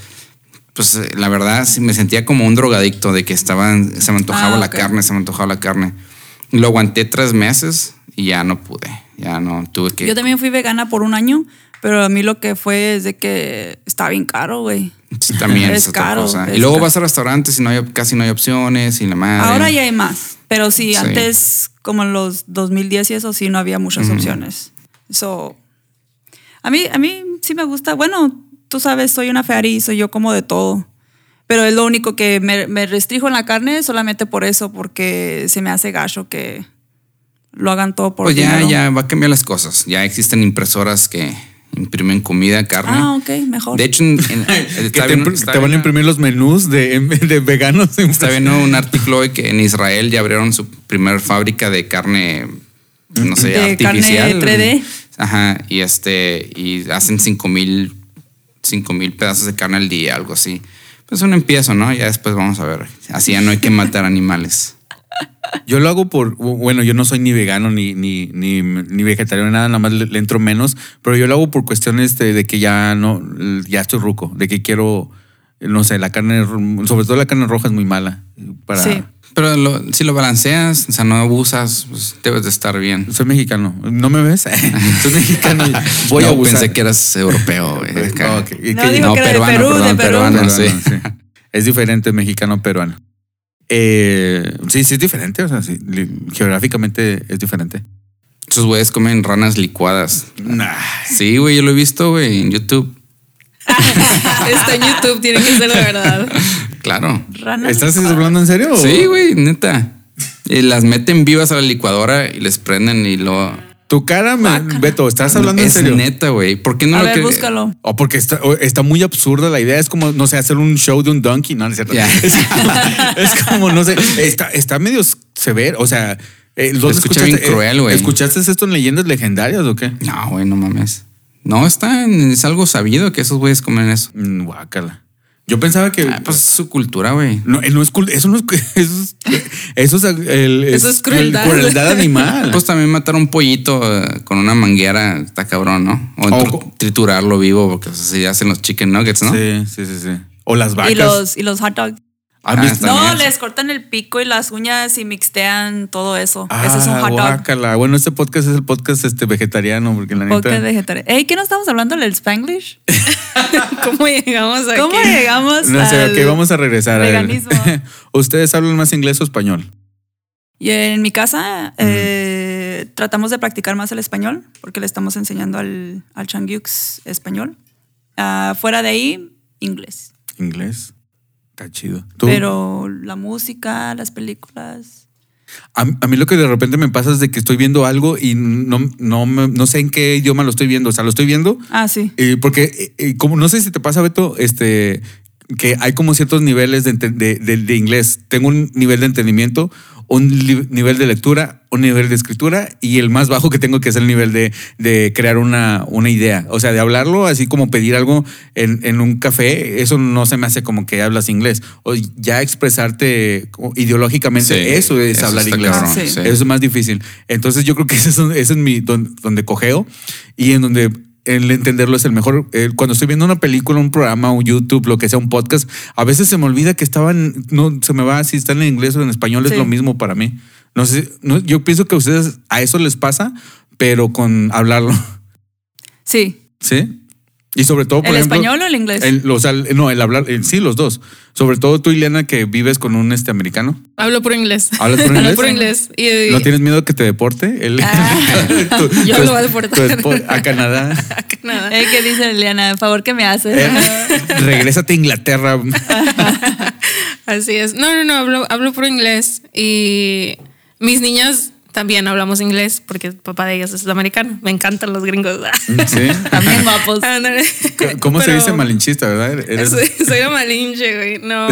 S2: pues eh, la verdad sí me sentía como un drogadicto de que estaban, se me antojaba
S3: Ah,
S2: la
S3: ok.
S2: carne, se me antojaba la carne. Lo aguanté tres meses y ya no pude, ya no tuve que.
S3: Yo también fui vegana por un año, pero a mí lo que fue es de que está bien caro, güey.
S2: Sí, también
S3: *laughs* Es
S2: es, otra
S3: caro,
S2: cosa.
S3: es
S2: y luego
S3: caro.
S2: vas a restaurantes y no hay, casi no hay opciones y la madre.
S3: Ahora ya hay más, pero sí,
S2: Sí.
S3: antes, como en los 2010 y eso, sí, no había muchas opciones. So, a mí, a mí sí me gusta. Bueno, tú sabes, soy una feari, soy yo como de todo. Pero es lo único que me, me restrijo en la carne solamente por eso, porque se me hace gacho que lo hagan todo por
S2: Pues ya,
S3: dinero.
S2: ya va a cambiar las cosas. Ya existen impresoras que Imprimen comida, carne.
S3: Ah, ok, mejor.
S2: De hecho, en- en-
S1: *laughs*
S2: eh,
S1: Que te,
S2: está bien-
S1: impr-
S2: está
S1: te van a
S2: bien-
S1: imprimir los menús de, em, *laughs* de veganos.
S2: Está viendo un artículo hoy que en Israel ya abrieron su primer fábrica de carne, no sé,
S3: De carne
S2: artificial.
S3: 3D.
S2: Ajá, y este, y hacen 5 mil, cinco mil pedazos de carne al día, algo así. Pues un empiezo, ¿no? Ya después vamos a ver. Así ya no hay que matar animales.
S1: Yo lo hago por, bueno, yo no soy ni vegano ni, ni, ni, ni vegetariano, nada, nada más le, le entro menos, pero yo lo hago por cuestiones este, de, de que ya no, ya estoy ruco, de que quiero, no sé, la carne, ro- sobre todo la carne roja es muy mala. Para,
S3: Sí.
S2: Pero lo- si lo balanceas, o sea, no abusas, pues debes de estar bien.
S1: Soy mexicano, ¿no me ves? *laughs* soy
S2: *laughs*
S1: mexicano. y Voy
S2: No,
S1: a abusar.
S2: Pensé que
S1: *laughs*
S2: eras europeo. güey.
S1: No, que- que-
S3: No, dijo
S2: no,
S3: que era de
S2: peruano,
S3: Perú, de
S2: perdón,
S3: Perú.
S2: peruano.
S1: Peruano,
S2: sí.
S1: sí. Es diferente mexicano peruano. Eh, sí, sí es diferente, o sea, sí, li- geográficamente es diferente.
S2: Esos güeyes comen ranas licuadas. Sí, güey, yo lo he visto, güey, en YouTube. *laughs*
S4: Está en YouTube, tiene que ser
S1: *laughs*
S4: la verdad.
S2: Claro.
S3: Rana.
S1: ¿Estás hablando en serio? o-
S2: Sí, güey, neta. Y las meten vivas a la licuadora y les prenden y lo.
S1: Tu cara, me- Beto, ¿estás hablando
S2: es
S1: en serio?
S2: neta, güey. ¿Por qué no
S3: a
S2: lo
S3: ver,
S2: cre-
S3: búscalo.
S1: O porque está, o está muy absurda la idea. Es como, no sé, hacer un show de un donkey. No, no es cierto.
S2: Ya.
S1: *laughs* Es, como, es como, no sé, está, está medio severo. O sea, eh, ¿dónde
S2: escucha bien
S1: escuchaste- eh,
S2: cruel, güey.
S1: ¿Escuchaste esto en leyendas legendarias o qué?
S2: No, güey, no mames. No, está en- es algo sabido que esos güeyes comen eso.
S1: Mm, guácala. Yo pensaba que.
S2: Ah, pues es su cultura, güey.
S1: no, eh, no es cul- eso no es. cu- *laughs* Eso es, eso es, el-
S4: Eso es crueldad.
S1: crueldad animal.
S2: Pues también matar un pollito eh, con una manguera está cabrón, ¿no? O
S1: O
S2: tr-
S1: co-
S2: triturarlo vivo, porque así hacen los chicken nuggets, ¿no?
S1: Sí, sí, sí, sí. O las vacas.
S3: Y los, y los hot dogs.
S1: ¿Has
S2: Ah,
S1: visto?
S2: También
S3: No,
S2: es-
S3: les cortan el pico y las uñas y mixtean todo eso.
S1: Ah,
S3: Ese es un hot dog.
S1: guácala. Bueno, este podcast es el podcast este vegetariano, porque la
S3: Podcast
S1: neta.
S3: vegetariano. Ey, ¿qué no estamos hablando del Spanglish?
S4: ¿Cómo llegamos aquí?
S3: ¿Cómo llegamos
S1: No sé,
S3: al
S1: ok, vamos a regresar. a ver.
S3: veganismo?
S1: *laughs* ¿Ustedes hablan más inglés o español?
S3: Y en mi casa eh, tratamos de practicar más el español porque le estamos enseñando al, al Changyux español. Ah, fuera de ahí, inglés.
S1: Inglés. Está chido. ¿Tú?
S3: Pero la música, las películas.
S1: A, a mí lo que de repente me pasa es de que estoy viendo algo y no, no, me- no sé en qué idioma lo estoy viendo. O sea, lo estoy viendo
S3: Ah, sí.
S1: Eh, porque, eh, eh, como no sé si te pasa, Beto, este, que hay como ciertos niveles de, ente- de- de- de inglés. Tengo un nivel de entendimiento, un li- nivel de lectura, un nivel de escritura y el más bajo que tengo que es el nivel de, de crear una, una idea. O sea, de hablarlo, así como pedir algo en, en un café, eso no se me hace como que hablas inglés. O ya expresarte como ideológicamente,
S2: Sí,
S1: eso es
S2: eso
S1: hablar
S2: está
S1: inglés.
S2: cabrón,
S3: Ah, sí.
S2: sí.
S1: Eso es más difícil. Entonces yo creo que *laughs* ese es, un- ese es mi don- donde cojeo y en donde el entenderlo es el mejor. Eh, Cuando estoy viendo una película, un programa, un YouTube, lo que sea, un podcast, a veces se me olvida que estaban, no se me va si están en inglés o en español, es
S3: Sí.
S1: lo mismo para mí. No sé, no, yo pienso que a ustedes a eso les pasa, pero con hablarlo, *laughs*
S3: Sí.
S1: ¿sí? Y sobre todo, por
S3: ¿El
S1: ejemplo,
S3: español o el inglés?
S1: el- o sea, el- no, el hablar, el- sí, los dos. Sobre todo tú, Ileana, que vives con un este americano.
S4: Hablo por inglés.
S1: ¿Hablas por
S4: Hablo
S1: inglés?
S4: por inglés. Y, y-
S1: ¿No tienes miedo que te deporte? El- *laughs* tu-
S4: Ah. *laughs* Yo
S1: tu-
S4: lo voy a deportar.
S1: tu espo- a Canadá.
S4: *laughs* nada.
S3: *laughs* Ey, ¿Qué dice Eliana? Por favor, ¿qué me haces?
S1: Eh, regrésate a Inglaterra.
S4: Así es. No, no, no, hablo, hablo por inglés. Y mis niñas también hablamos inglés porque el papá de ellas es americano. Me encantan los gringos. *laughs*
S1: ¿Sí?
S3: También *laughs* guapos.
S4: Ándale.
S1: C- Mm. ¿Cómo se
S4: Pero-
S1: dice malinchista, verdad? Eres-
S4: Soy, soy la malinche, güey. No,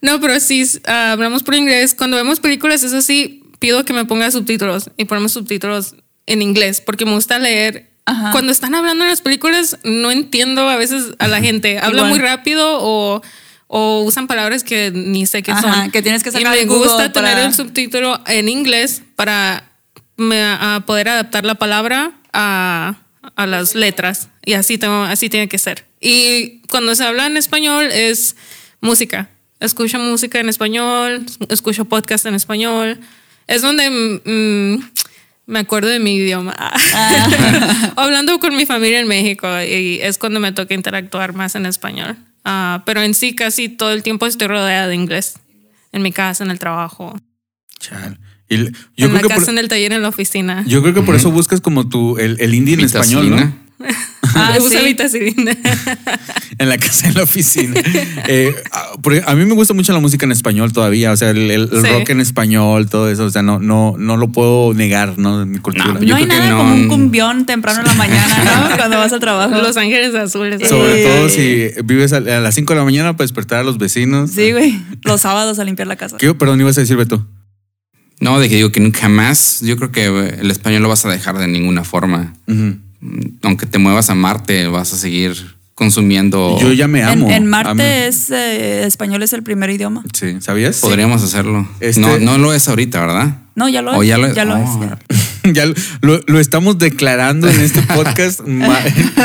S4: no pero sí ah, hablamos por inglés. Cuando vemos películas, eso sí, pido que me ponga subtítulos y ponemos subtítulos en inglés porque me gusta leer.
S3: Ajá.
S4: Cuando están hablando en las películas, no entiendo a veces a la gente. Habla
S3: Igual.
S4: muy rápido o, o usan palabras que ni sé qué
S3: Ajá,
S4: son.
S3: que tienes que sacar
S4: Y me
S3: el Google
S4: gusta tener
S3: para-
S4: el subtítulo en inglés para me- a poder adaptar la palabra a, a las letras. Y así, tengo, así tiene que ser. Y cuando se habla en español es música. Escucho música en español, escucho podcast en español. Es donde mm, mm, me acuerdo de mi idioma. O *laughs* Hablando con mi familia en México y es cuando me toca interactuar más en español. Ah, pero en sí casi todo el tiempo estoy rodeada de inglés. En mi casa, en el trabajo,
S1: Chal. Y l- yo, creo
S4: en la
S1: que
S4: casa,
S1: por,
S4: en el taller, en la oficina.
S1: yo creo que por eso buscas como tu, el, el indie en español, ¿no?
S2: Vitacilina.
S4: Ah,
S3: Ah,
S4: usa
S3: sí.
S4: vitacilina.
S3: *laughs*
S1: En la casa, en la
S4: *laughs*
S1: oficina. Eh, ah, porque a mí me gusta mucho la música en español todavía, o sea, el, el- el
S4: Sí.
S1: rock en español, todo eso, o sea, no, no, no lo puedo negar, ¿no? En mi cultura.
S2: No,
S3: No
S2: Yo
S3: hay
S2: creo que
S3: nada
S2: no.
S3: como un cumbión temprano en la mañana, ¿no? Cuando vas al trabajo.
S4: Los Ángeles Azules.
S1: Sobre
S3: Eh.
S1: todo si vives a, a las 5 de la mañana para despertar a los vecinos.
S3: Sí, güey. Los sábados a limpiar la casa.
S1: ¿Qué, perdón, ibas a decir, Beto?
S2: No, de que digo que nunca más, yo creo que eh, el español lo vas a dejar de ninguna forma. Mm,
S1: Ujú.
S2: Aunque te muevas a Marte, vas a seguir consumiendo.
S1: Yo ya me
S3: En,
S1: amo.
S3: en
S1: Amo.
S3: Marte es eh, español es el primer idioma.
S1: Sí, ¿sabías?
S2: Podríamos hacerlo.
S1: Este-
S2: No, no lo es ahorita, ¿verdad?
S3: No, ya lo
S2: O
S3: es.
S2: ya lo,
S3: es.
S2: oh,
S1: *laughs*
S3: ya.
S1: ya lo, lo- lo estamos declarando en este
S3: *laughs*
S1: podcast. ma-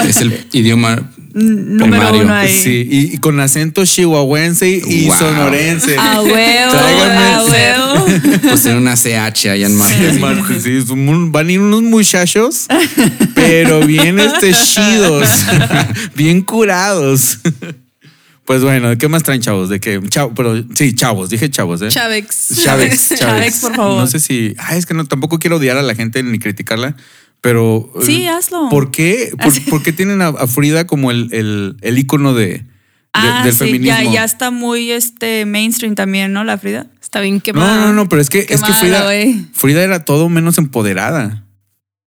S2: Es *laughs* el idioma
S3: Número
S2: primario.
S3: uno ahí.
S1: sí, y, y con acento chihuahuense y
S2: Wow.
S1: sonorense. *laughs*
S3: A Ah, huevo,
S1: Tráigame-
S3: a huevo.
S2: Pues tiene una CH allá en Marte.
S1: Sí, Marte, sí, es un- van a ir unos
S3: *laughs*
S1: muchachos, pero bien este chidos, *laughs* bien curados. *laughs* Pues bueno, ¿qué más traen chavos? De que chavo, pero sí, chavos, dije chavos, ¿eh?
S4: Chávez.
S1: Chávez, Chávez.
S3: Chávez, por favor.
S1: No sé si. Ah, es que no, tampoco quiero odiar a la gente ni criticarla, pero. eh,
S3: Sí, hazlo.
S1: ¿Por qué, por, por qué tienen a, a Frida como el, el, el ícono de, de-
S3: Ah,
S1: del
S3: sí,
S1: feminismo?
S3: ya, ya está muy este mainstream también, ¿no? La Frida.
S4: Está bien quemada.
S1: No, no, no, pero es que,
S3: Qué eh.
S1: es que
S3: mala,
S1: Frida,
S3: güey.
S1: Frida era todo menos empoderada.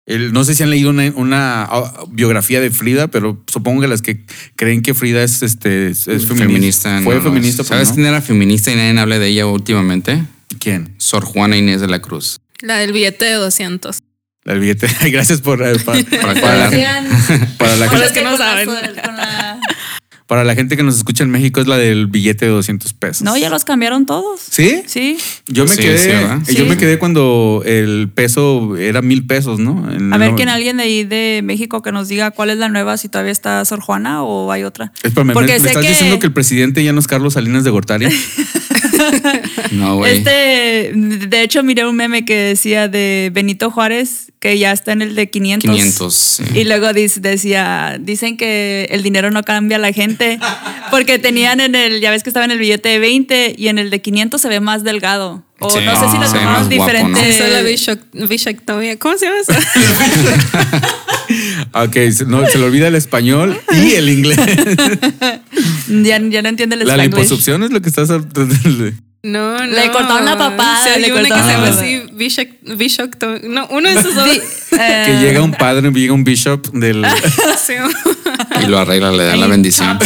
S1: El- no sé si han leído una, una, ah, biografía de Frida, pero supongo que las que creen que Frida es, este, es, es feminista.
S2: feminista.
S1: Fue
S2: no, no
S1: feminista,
S2: es.
S1: pero
S2: ¿Sabes
S1: no.
S2: quién era feminista y nadie habla de ella últimamente?
S1: ¿Quién?
S2: Sor Juana Inés de la Cruz.
S4: La del billete de 200.
S1: El billete. *laughs* Ay, Gracias por, eh,
S2: *laughs*
S1: pa- para,
S2: aclarar.
S1: la, para, la *laughs*
S4: Por
S1: gente,
S4: las que no saben.
S1: para la gente que nos escucha en México es la del billete de 200 pesos.
S3: No, ya los cambiaron todos.
S1: ¿Sí,
S3: Sí.
S1: yo me
S2: Sí,
S1: quedé,
S2: sí, ¿verdad?
S1: yo
S3: Sí.
S1: me quedé cuando el peso era mil pesos, ¿no? En
S3: A
S1: el
S3: ver,
S1: no-
S3: ¿quién alguien de ahí de México que nos diga cuál es la nueva, si todavía está Sor Juana o hay otra?
S1: Espérame,
S3: Porque
S1: me, me
S3: sé
S1: estás
S3: que-
S1: diciendo que el presidente ya no es Carlos Salinas de
S3: *laughs*
S1: Gortari.
S2: No, güey.
S3: Este, de hecho, miré un meme que decía de Benito Juárez, que ya está en el de
S2: pues,
S3: 500.
S2: 500. sí.
S3: Y luego dice- decía, dicen que el dinero no cambia a la gente, porque tenían en el, ya ves que estaba en el billete de 20 y en el de 500 se ve más delgado. O
S2: Sí,
S3: no sé
S1: Ah,
S3: si lo
S2: se ve
S3: tomaron
S2: más guapo, ¿no?
S3: diferente.
S4: Esa es la bishoc- bishectomía. ¿Cómo se llama eso?
S3: *laughs*
S1: Ok, se- no, se le olvida el español y el inglés.
S3: ya, ya no entiende el
S1: la
S3: spanglish.
S1: liposucción es lo que estás. *laughs*
S4: No, no.
S3: Le cortaron la papada,
S4: Sí, hay
S3: le
S4: una que se
S3: cortaron
S4: llama
S1: la
S4: así, bishec- bishecto- No, uno de esos dos. *laughs*
S3: Eh,
S1: que llega un padre, llega un bishop del.
S4: Sí.
S2: Y lo arregla, le da la
S3: Ay,
S2: bendición.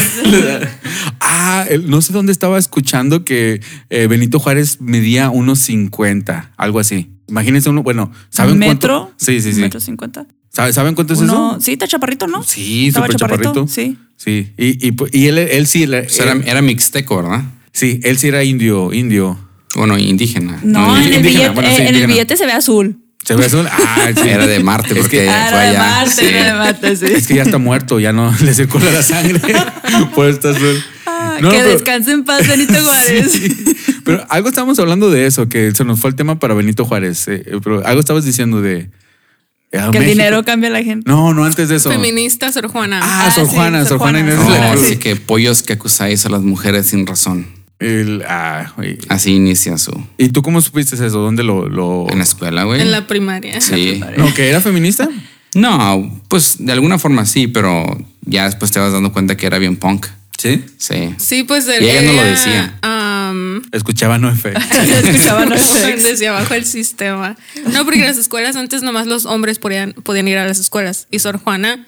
S1: ah, el- no sé dónde estaba escuchando que eh, Benito Juárez medía unos 50, algo así. Imagínense uno, bueno, ¿saben
S3: metro?
S1: cuánto? Sí, sí, sí.
S3: Metro cincuenta.
S1: ¿Sabe- ¿Saben cuánto es
S3: Uno-
S1: eso?
S3: Sí, está chaparrito, ¿no?
S1: Sí,
S3: Estaba
S1: súper chaparrito.
S3: Sí.
S1: Sí, y, y, y él, él sí, la-
S2: O sea, era, era mixteco, ¿verdad?
S1: sí, él sí era indio, indio.
S2: Bueno, indígena.
S3: No, en, el
S1: indígena,
S3: billete,
S1: bueno, sí,
S3: eh, en el
S1: indígena.
S3: billete se ve azul.
S1: Se ve
S3: *laughs*
S1: azul. Ah, sí.
S2: Era de Marte
S1: Es
S2: porque
S1: que-
S2: fue
S3: Ah, de
S2: allá.
S3: Marte,
S2: Sí.
S3: de Marte, sí.
S1: Es que ya está muerto, ya no *laughs* le circula la sangre *laughs* por esta azul.
S3: Ah,
S1: No,
S3: que
S1: pero-
S3: descanse en paz,
S1: *laughs*
S3: Benito Juárez.
S1: Sí, pero algo estábamos hablando de eso, que se nos fue el tema para Benito Juárez. eh, eh, pero algo estabas diciendo de. ah,
S3: Que el
S1: México.
S3: dinero cambia a la gente.
S1: No, no, antes de eso.
S4: Feminista Sor Juana.
S1: Ah,
S3: Ah,
S1: Sor
S3: sí,
S1: Juana,
S3: Sor
S1: Sor Juana
S3: Juana. Ah,
S1: Inés de la
S2: No,
S1: Cruz.
S2: así que pollos que acusáis a las mujeres sin razón.
S1: El- ah, güey.
S2: Así inicia su.
S1: ¿Y tú cómo supiste eso? ¿Dónde lo.? lo-
S2: En la escuela, güey.
S4: En la primaria.
S2: Sí.
S1: No, que era feminista.
S2: No, pues de alguna forma sí, pero ya después te vas dando cuenta que era bien punk.
S1: Sí.
S2: Sí.
S4: Sí, pues
S2: Y ella no lo decía.
S4: am,
S1: Escuchaba No
S3: *laughs*
S1: Fe. *laughs*
S3: Escuchaba,
S4: *laughs*
S3: ¿no?
S4: desde abajo el sistema. No, porque las escuelas antes nomás los hombres podían, podían ir a las escuelas. Y Sor Juana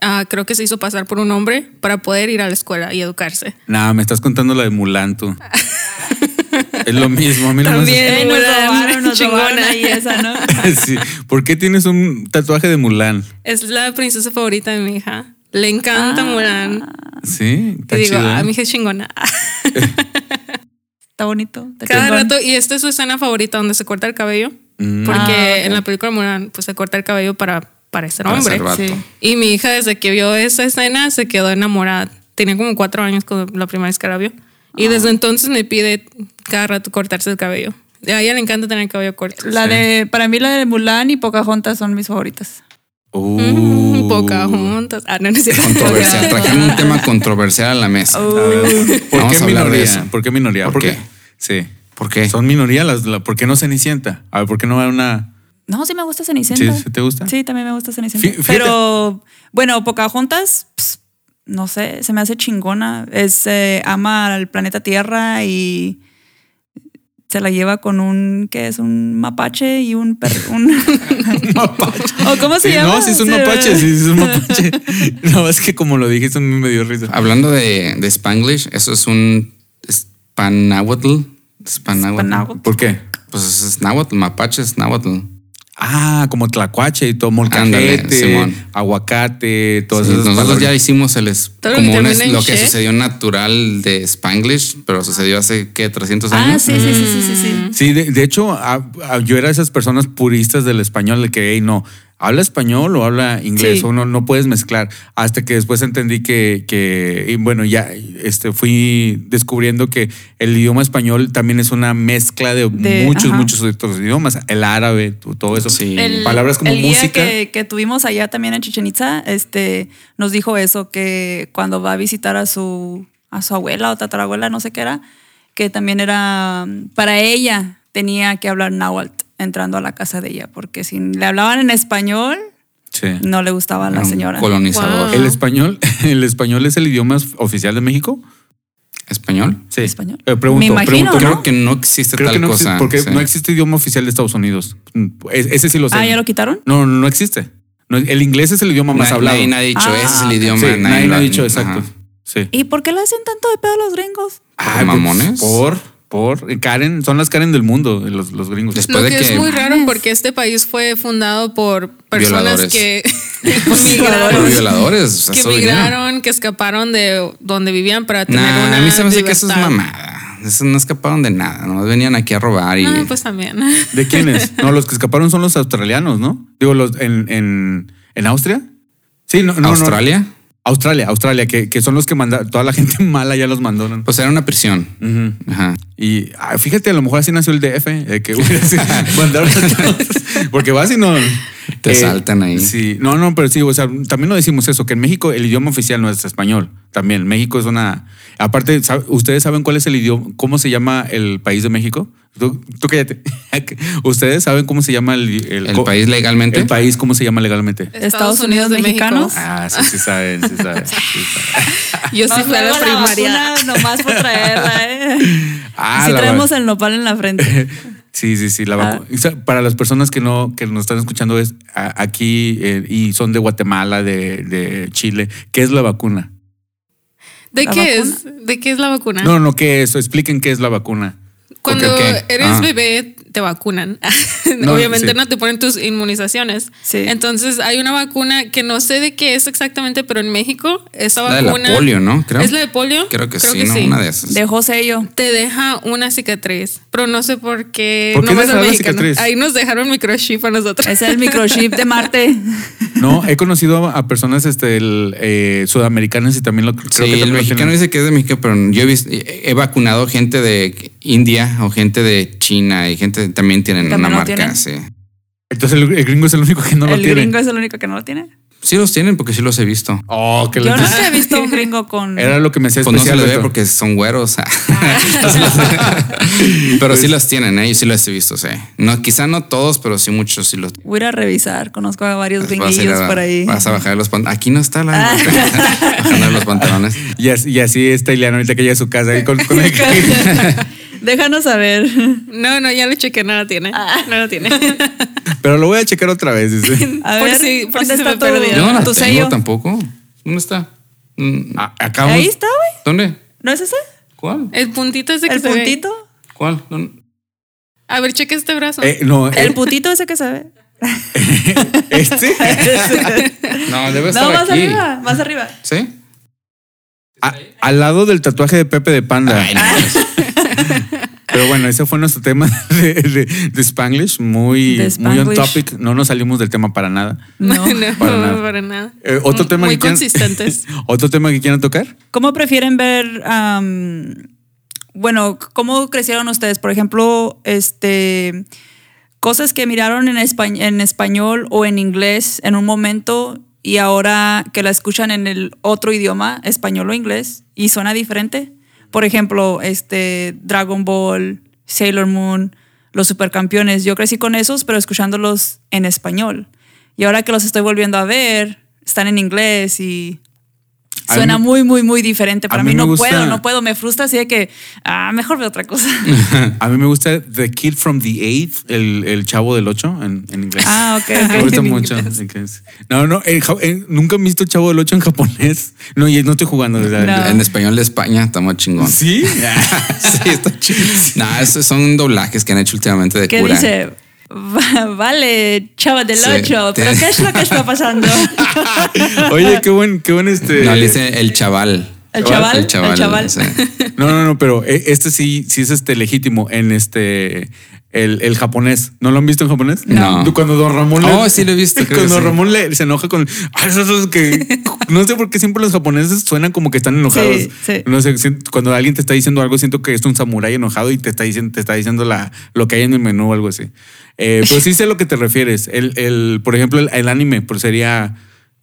S4: ah, creo que se hizo pasar por un hombre para poder ir a la escuela y educarse.
S1: Nah, me estás contando la de Mulan,
S3: *laughs*
S1: tú. es lo mismo. A mí no me hace-
S4: También.
S3: Eh, nos
S4: Mulan,
S3: robaron, nos robaron
S4: chingona.
S3: ahí esa, ¿no?
S1: *laughs* Sí. ¿Por qué tienes un tatuaje de Mulan?
S4: Es la princesa favorita de mi hija. Le encanta Mulan.
S1: Sí,
S4: Y
S1: está
S4: digo,
S1: Ah, chido,
S4: a
S1: ¿eh?
S4: mi hija es chingona. *laughs*
S3: Está bonito. está
S4: Cada
S3: chingón.
S4: rato, y esta es su escena favorita donde se corta el cabello.
S1: Mm.
S4: Porque
S3: Ah, ok.
S4: en la película Mulan, pues se corta el cabello para parecer
S2: Para
S4: hombre.
S2: ser vato.
S3: sí.
S4: Y mi hija desde que vio esa escena se quedó enamorada. Tenía como cuatro años cuando la primera vez que la vio. Y
S2: Ah.
S4: desde entonces me pide cada rato cortarse el cabello. A ella le encanta tener el cabello corto.
S3: La de, para mí la de Mulan y Pocahontas son mis favoritas.
S1: Uh.
S4: Mm, Pocahontas. Ah, no, no es cierto.
S2: Controversial.
S3: *laughs*
S4: *laughs*
S3: Porque-
S2: Trajeron un tema controversial a la mesa.
S3: Oh.
S1: ¿Por
S2: Vamos
S1: qué
S2: a hablar de
S1: minoría?
S2: eso.
S1: ¿Por qué minoría?
S2: ¿Por
S1: ¿Por
S2: qué?
S1: qué? Sí.
S2: ¿Por qué? *laughs*
S1: Son minoría las, la- ¿por qué no Cenicienta? A ver, ¿por qué no hay una
S3: No, sí me gusta Cenicienta.
S1: ¿Sí? ¿Te gusta?
S3: Sí, también me gusta Cenicienta.
S1: Fí- fíjate.
S3: Pero bueno, Pocahontas, pss, no sé, se me hace chingona. Es, eh, ama al planeta Tierra y se la lleva con un, ¿qué es? Un mapache y un perro. Un... *laughs* ¿O cómo se
S1: Sí,
S3: llama?
S1: No, sí es un
S3: Sí,
S1: mapache,
S3: ¿verdad?
S1: sí es
S2: *laughs*
S1: un mapache. No, es que como lo dije, eso me dio risa.
S2: Hablando de, de Spanglish, eso es un Spanahuatl. Spanahuatl.
S3: Spanahuatl.
S1: ¿Por qué?
S2: Pues es náhuatl, mapache es náhuatl.
S1: Ah, como tlacuache y todo,
S2: Ándale,
S1: molcajete,
S2: Simón.
S1: aguacate, todas
S2: Sí,
S1: esas
S2: nosotros ya
S1: palabras.
S2: hicimos el es-
S4: Todo lo
S2: como
S4: que
S2: un
S4: termina
S2: es-
S4: en
S2: lo que
S4: che.
S2: sucedió natural de Spanglish, pero sucedió hace ¿qué? 300
S3: Ah,
S2: años.
S3: sí, sí, sí, sí, sí, sí.
S1: Sí, de, de hecho, a- a- yo era de esas personas puristas del español de que, hey, no, habla español o habla inglés,
S3: Sí.
S1: uno no puedes mezclar. Hasta que después entendí que, que y bueno, ya este, fui descubriendo que el idioma español también es una mezcla de,
S3: De-
S1: muchos,
S3: ajá.
S1: muchos otros idiomas, el árabe, todo eso.
S2: Sí.
S4: El-
S1: Palabras como
S3: el guía
S1: música.
S3: que, que tuvimos allá también en Chichen Itza, este, nos dijo eso, que cuando va a visitar a su, a su abuela o tatarabuela, no sé qué era, que también era, mm, para ella tenía que hablar náhuatl entrando a la casa de ella, porque si le hablaban en español,
S1: Sí.
S3: no le gustaba a
S2: Era
S3: la
S2: un
S3: señora.
S2: Mm, Colonizador.
S4: Wow.
S1: ¿El español, *laughs* ¿El español es el idioma oficial de México?
S2: ¿Español?
S1: Sí.
S3: ¿Español?
S1: Eh, pregunto,
S3: Me imagino,
S1: pregunto,
S3: ¿no?
S2: Creo
S1: creo-
S2: que no existe
S1: creo
S2: tal
S1: que no
S2: cosa.
S1: existe, porque
S2: sí.
S1: no existe idioma oficial de Estados Unidos. Mm, es- Ese sí lo sé.
S3: Ah, ¿ya lo quitaron?
S1: No, no, no existe. No, el inglés es el idioma más
S2: Na-
S1: hablado.
S2: Nadie, nadie ha dicho,
S3: Ah,
S2: ese es el
S3: ok.
S2: idioma.
S1: Sí, nadie lo ha
S2: lo-
S1: dicho,
S2: ajá.
S1: exacto. Sí. pues,
S3: ¿Y por qué le hacen tanto de pedo a los gringos?
S2: Ah, mamones.
S4: *laughs*
S1: Por, por. eh, Karen, son las Karen del mundo, eh, los, los gringos.
S2: Después
S4: Lo que,
S2: de
S4: es
S2: que-
S4: muy raro porque este país fue fundado por personas
S2: Violadores.
S4: que
S2: Por
S4: migraron,
S2: violadores. o sea,
S4: que
S2: eso viene.
S4: migraron, que escaparon de donde vivían para tener
S2: Nah,
S4: una
S2: a mí se me hace que eso es
S4: libertad.
S2: mamada. Eso no escaparon de nada. Nomás venían aquí a robar y.
S4: Ah,
S3: *laughs*
S4: pues también.
S1: ¿De quiénes? No, los que escaparon son los australianos, ¿no? Digo, los en, en, en Austria. Sí, no, no, no.
S2: Australia.
S1: Australia, Australia, que, que son los que mandaron, toda la *laughs* gente mala ya los mandaron.
S2: Pues era una prisión.
S1: Ujú.
S2: Ajá.
S1: Y ah, fíjate, a lo mejor así nació el DF, eh, que
S2: *laughs*
S1: hubiera sido- mandaron a todos. porque vas y no. eh,
S2: Te saltan ahí.
S1: Sí, no, no, pero sí, o sea, también lo decimos eso, que en México el idioma oficial no es español. También México es una. Aparte, ¿sab- ¿ustedes saben cuál es el idioma? ¿Cómo se llama el país de México? Tú, tú cállate. *laughs* ¿Ustedes saben cómo se llama el,
S2: El país legalmente.
S1: El país, ¿cómo se llama legalmente?
S3: Estados Unidos mexicanos.
S1: Ah, sí, sí saben, sí saben. sí saben.
S4: Yo sí
S3: Nos
S4: fui a la
S3: luego la
S4: primaria.
S3: vacuna nomás por traerla,
S1: *laughs*
S3: ¿eh?
S1: Ah,
S3: Y si
S1: la
S3: traemos el nopal en la frente.
S1: *laughs* Sí, sí, sí. la vacu- O sea, Para las personas que no que nos están escuchando es a- aquí eh, y son de Guatemala, de, de Chile, ¿qué es la vacuna?
S4: ¿De
S3: ¿La
S4: qué
S3: vacuna?
S4: es? ¿De qué es la
S3: Ah.
S4: vacuna?
S1: No, no, ¿qué es? Expliquen qué es la vacuna.
S4: Cuando
S2: Ok, ok.
S4: eres
S2: Ah.
S4: bebé
S2: *laughs*
S4: te vacunan.
S1: No,
S4: *laughs* Obviamente
S1: sí.
S4: no te ponen tus inmunizaciones.
S3: Sí.
S4: Entonces hay una vacuna que no sé de qué es exactamente, pero en México esa
S2: La de la
S4: vacuna
S2: polio, ¿no? Creo.
S4: ¿Es la de polio?
S2: Creo que sí, ¿no? Una de esas.
S3: Dejó sello.
S4: te deja una cicatriz, pero no sé por qué.
S1: ¿Por qué
S4: nomás
S1: dejará
S4: al
S1: la
S4: mexicano.
S1: cicatriz?
S4: Ahí nos dejaron microchip a nosotros.
S3: Es el microchip de Marte.
S1: No,
S3: *laughs*
S1: he conocido a personas este, el, eh, sudamericanas y también lo creo que
S2: Sí, el
S1: también lo
S2: mexicano
S1: tienen.
S2: dice que es de México, pero yo he, visto- he he vacunado gente de India o gente de China y gente también tienen
S3: También
S2: una
S3: lo
S2: marca,
S3: tienen.
S2: sí.
S1: Entonces el, el gringo es el único que no lo
S3: el
S1: tiene.
S3: gringo es el único que no lo tiene.
S2: Sí los tienen porque sí los he visto.
S1: Oh, que
S3: Yo
S1: les-
S3: no he visto a un gringo con.
S1: Era lo que me hacía
S2: Pues no se
S1: especial.
S2: les ve
S1: Beto.
S2: porque son güeros. *laughs*
S3: Ah. *laughs*
S2: pero sí los tienen, ¿eh? yo sí los he visto, sí. No, quizá no todos, pero sí muchos sí los tienen.
S3: Voy a ir a revisar. Conozco a varios
S2: Vas a ir
S3: gringuillos
S2: a-
S3: por ahí. Ah.
S2: Vas a bajar los pantalones. Aquí no está la. *laughs* Bajando los
S3: *laughs*
S2: pantalones.
S1: y, así, y así está Ileana ahorita que llega a su casa. ahí con- con el- *laughs*
S3: Déjanos saber.
S4: No, no, ya lo chequé, no la tiene.
S3: Ah.
S4: No
S3: *laughs*
S4: la tiene.
S1: Pero lo voy a checar otra vez. dice.
S3: A
S4: Por
S3: ver,
S4: si- por
S3: ¿dónde
S4: si se
S3: está
S4: me perdió.
S2: Yo no la
S3: tu
S2: tengo
S3: sello?
S2: tampoco. ¿Dónde está? Mm,
S1: A- acabamos-
S3: Ahí está, güey.
S2: ¿Dónde?
S3: ¿No es ese?
S2: ¿Cuál?
S4: El puntito ese que
S3: El
S4: se ve.
S3: puntito.
S2: ¿Cuál? ¿Dónde?
S4: A ver, cheque este brazo. *laughs*
S1: Eh, no,
S3: El
S1: eh,
S3: putito ese que se ve. *laughs*
S1: este.
S2: No, debe estar
S3: no, más
S2: aquí.
S3: arriba, más arriba.
S2: ¿Sí?
S1: A- al lado del tatuaje de Pepe de Panda.
S2: Ay, no.
S3: Ah,
S1: Pero bueno, ese fue nuestro *laughs* tema de, de- de Spanglish, muy,
S3: De
S1: muy on
S3: Spanglish.
S1: topic. No nos salimos del tema para nada.
S3: No.
S1: para nada.
S4: para nada.
S3: Mm,
S1: Eh, otro
S4: M-
S1: tema
S4: Muy
S1: que quieran-
S4: consistentes.
S1: *laughs* Otro tema que quieran tocar.
S2: *laughs*
S3: ¿Cómo prefieren ver, am, bueno, cómo crecieron ustedes? Por ejemplo, este, cosas que miraron en, espa- en español o en inglés en un momento y ahora que la escuchan en el otro idioma, español o inglés, y suena diferente. Por ejemplo, este, Dragon Ball, Sailor Moon, los supercampeones. Yo crecí con esos, pero escuchándolos en español. Y ahora que los estoy volviendo a ver, están en inglés y
S1: A
S3: suena
S1: mí-
S3: muy, muy, muy diferente.
S1: a
S3: Para
S1: mí
S3: mí,
S1: me
S3: no
S1: gusta-
S3: puedo, no puedo. Me frustra así de que, ah, mejor veo
S2: *laughs*
S3: otra cosa.
S1: A mí me gusta The Kid from the Eighth, el, el chavo del ocho en, en inglés.
S3: Ah, ok, ok.
S1: *laughs* Me gusta
S3: En
S1: mucho.
S3: inglés.
S1: en inglés. No, no, en ja- en- nunca he visto chavo del ocho en japonés. No, y no estoy jugando. ¿verdad?
S3: No.
S2: En español de España está más chingón.
S1: ¿Sí?
S2: *laughs*
S1: *laughs*
S2: sí, está chido. No, estos son doblajes que han hecho últimamente de
S3: ¿Qué
S2: cura.
S3: dice? Va- Vale, chava del
S2: Sí,
S3: ocho,
S2: te-
S3: pero ¿qué es lo que está pasando?
S1: Oye, qué buen, qué buen este.
S2: No, le dice el chaval.
S3: El chaval,
S2: El chaval.
S3: el chaval.
S2: sí.
S1: No, no, no, pero eh, este sí, sí es este legítimo en este el, el japonés. ¿No lo han visto en japonés?
S2: No. No.
S1: Cuando Don Ramón le-
S2: Oh, sí lo he visto, creo que
S1: Cuando
S2: sí.
S1: Ramón le, se enoja con "Ah, esos son que no sé por qué siempre los japoneses suenan como que están enojados.
S3: Sí, sí.
S1: No sé, siento- cuando alguien te está diciendo algo siento que es un samurái enojado y te está diciendo te está diciendo la lo que hay en el menú o algo así. Eh, pero sí sé a lo que te refieres. El, el por ejemplo el, el anime, pues sería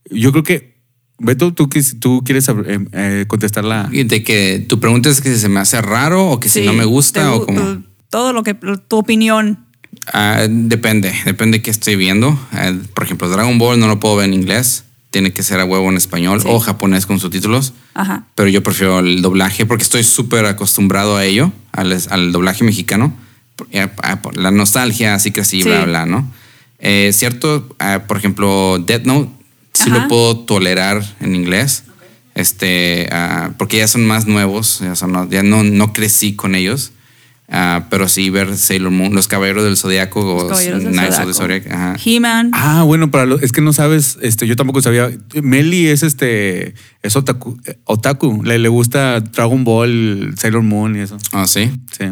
S1: yo creo que Beto, tú, quis- tú quieres ab- em, eh, contestar la,
S2: Y De que tu pregunta es que se me hace raro o *laughs* que si
S3: Sí,
S2: no me
S3: te
S2: gusta
S3: gu-
S2: o como.
S3: Todo lo que, tu opinión.
S2: Ah, depende, depende de qué estoy viendo. Ah, por ejemplo, Dragon Ball no lo puedo ver en inglés. Tiene que ser a huevo en español
S3: Sí.
S2: o japonés con subtítulos.
S3: Ajá.
S2: Pero yo prefiero el doblaje porque estoy súper acostumbrado a ello, al, al doblaje mexicano. Por- eh, ah, por La nostalgia, así que así,
S3: Sí.
S2: bla, bla, ¿no? Eh, cierto, ah, por ejemplo, Death Note, sí lo
S3: Ajá.
S2: puedo tolerar en inglés. Este, ah, porque ya son más nuevos, ya, son- ya no, no crecí con ellos. Ah, pero sí ver Sailor Moon, Los Caballeros del Zodiaco
S3: Los
S2: o
S3: Caballeros del
S2: Oh, Knights of
S3: Zodiaco.
S2: the Zodiac. ajá.
S3: He-Man.
S1: Ah, bueno, para lo- es que no sabes, este, yo tampoco sabía. Meli es este, es otaku, eh, otaku. Le, le gusta Dragon Ball, Sailor Moon y eso.
S2: Ah, sí,
S1: Sí.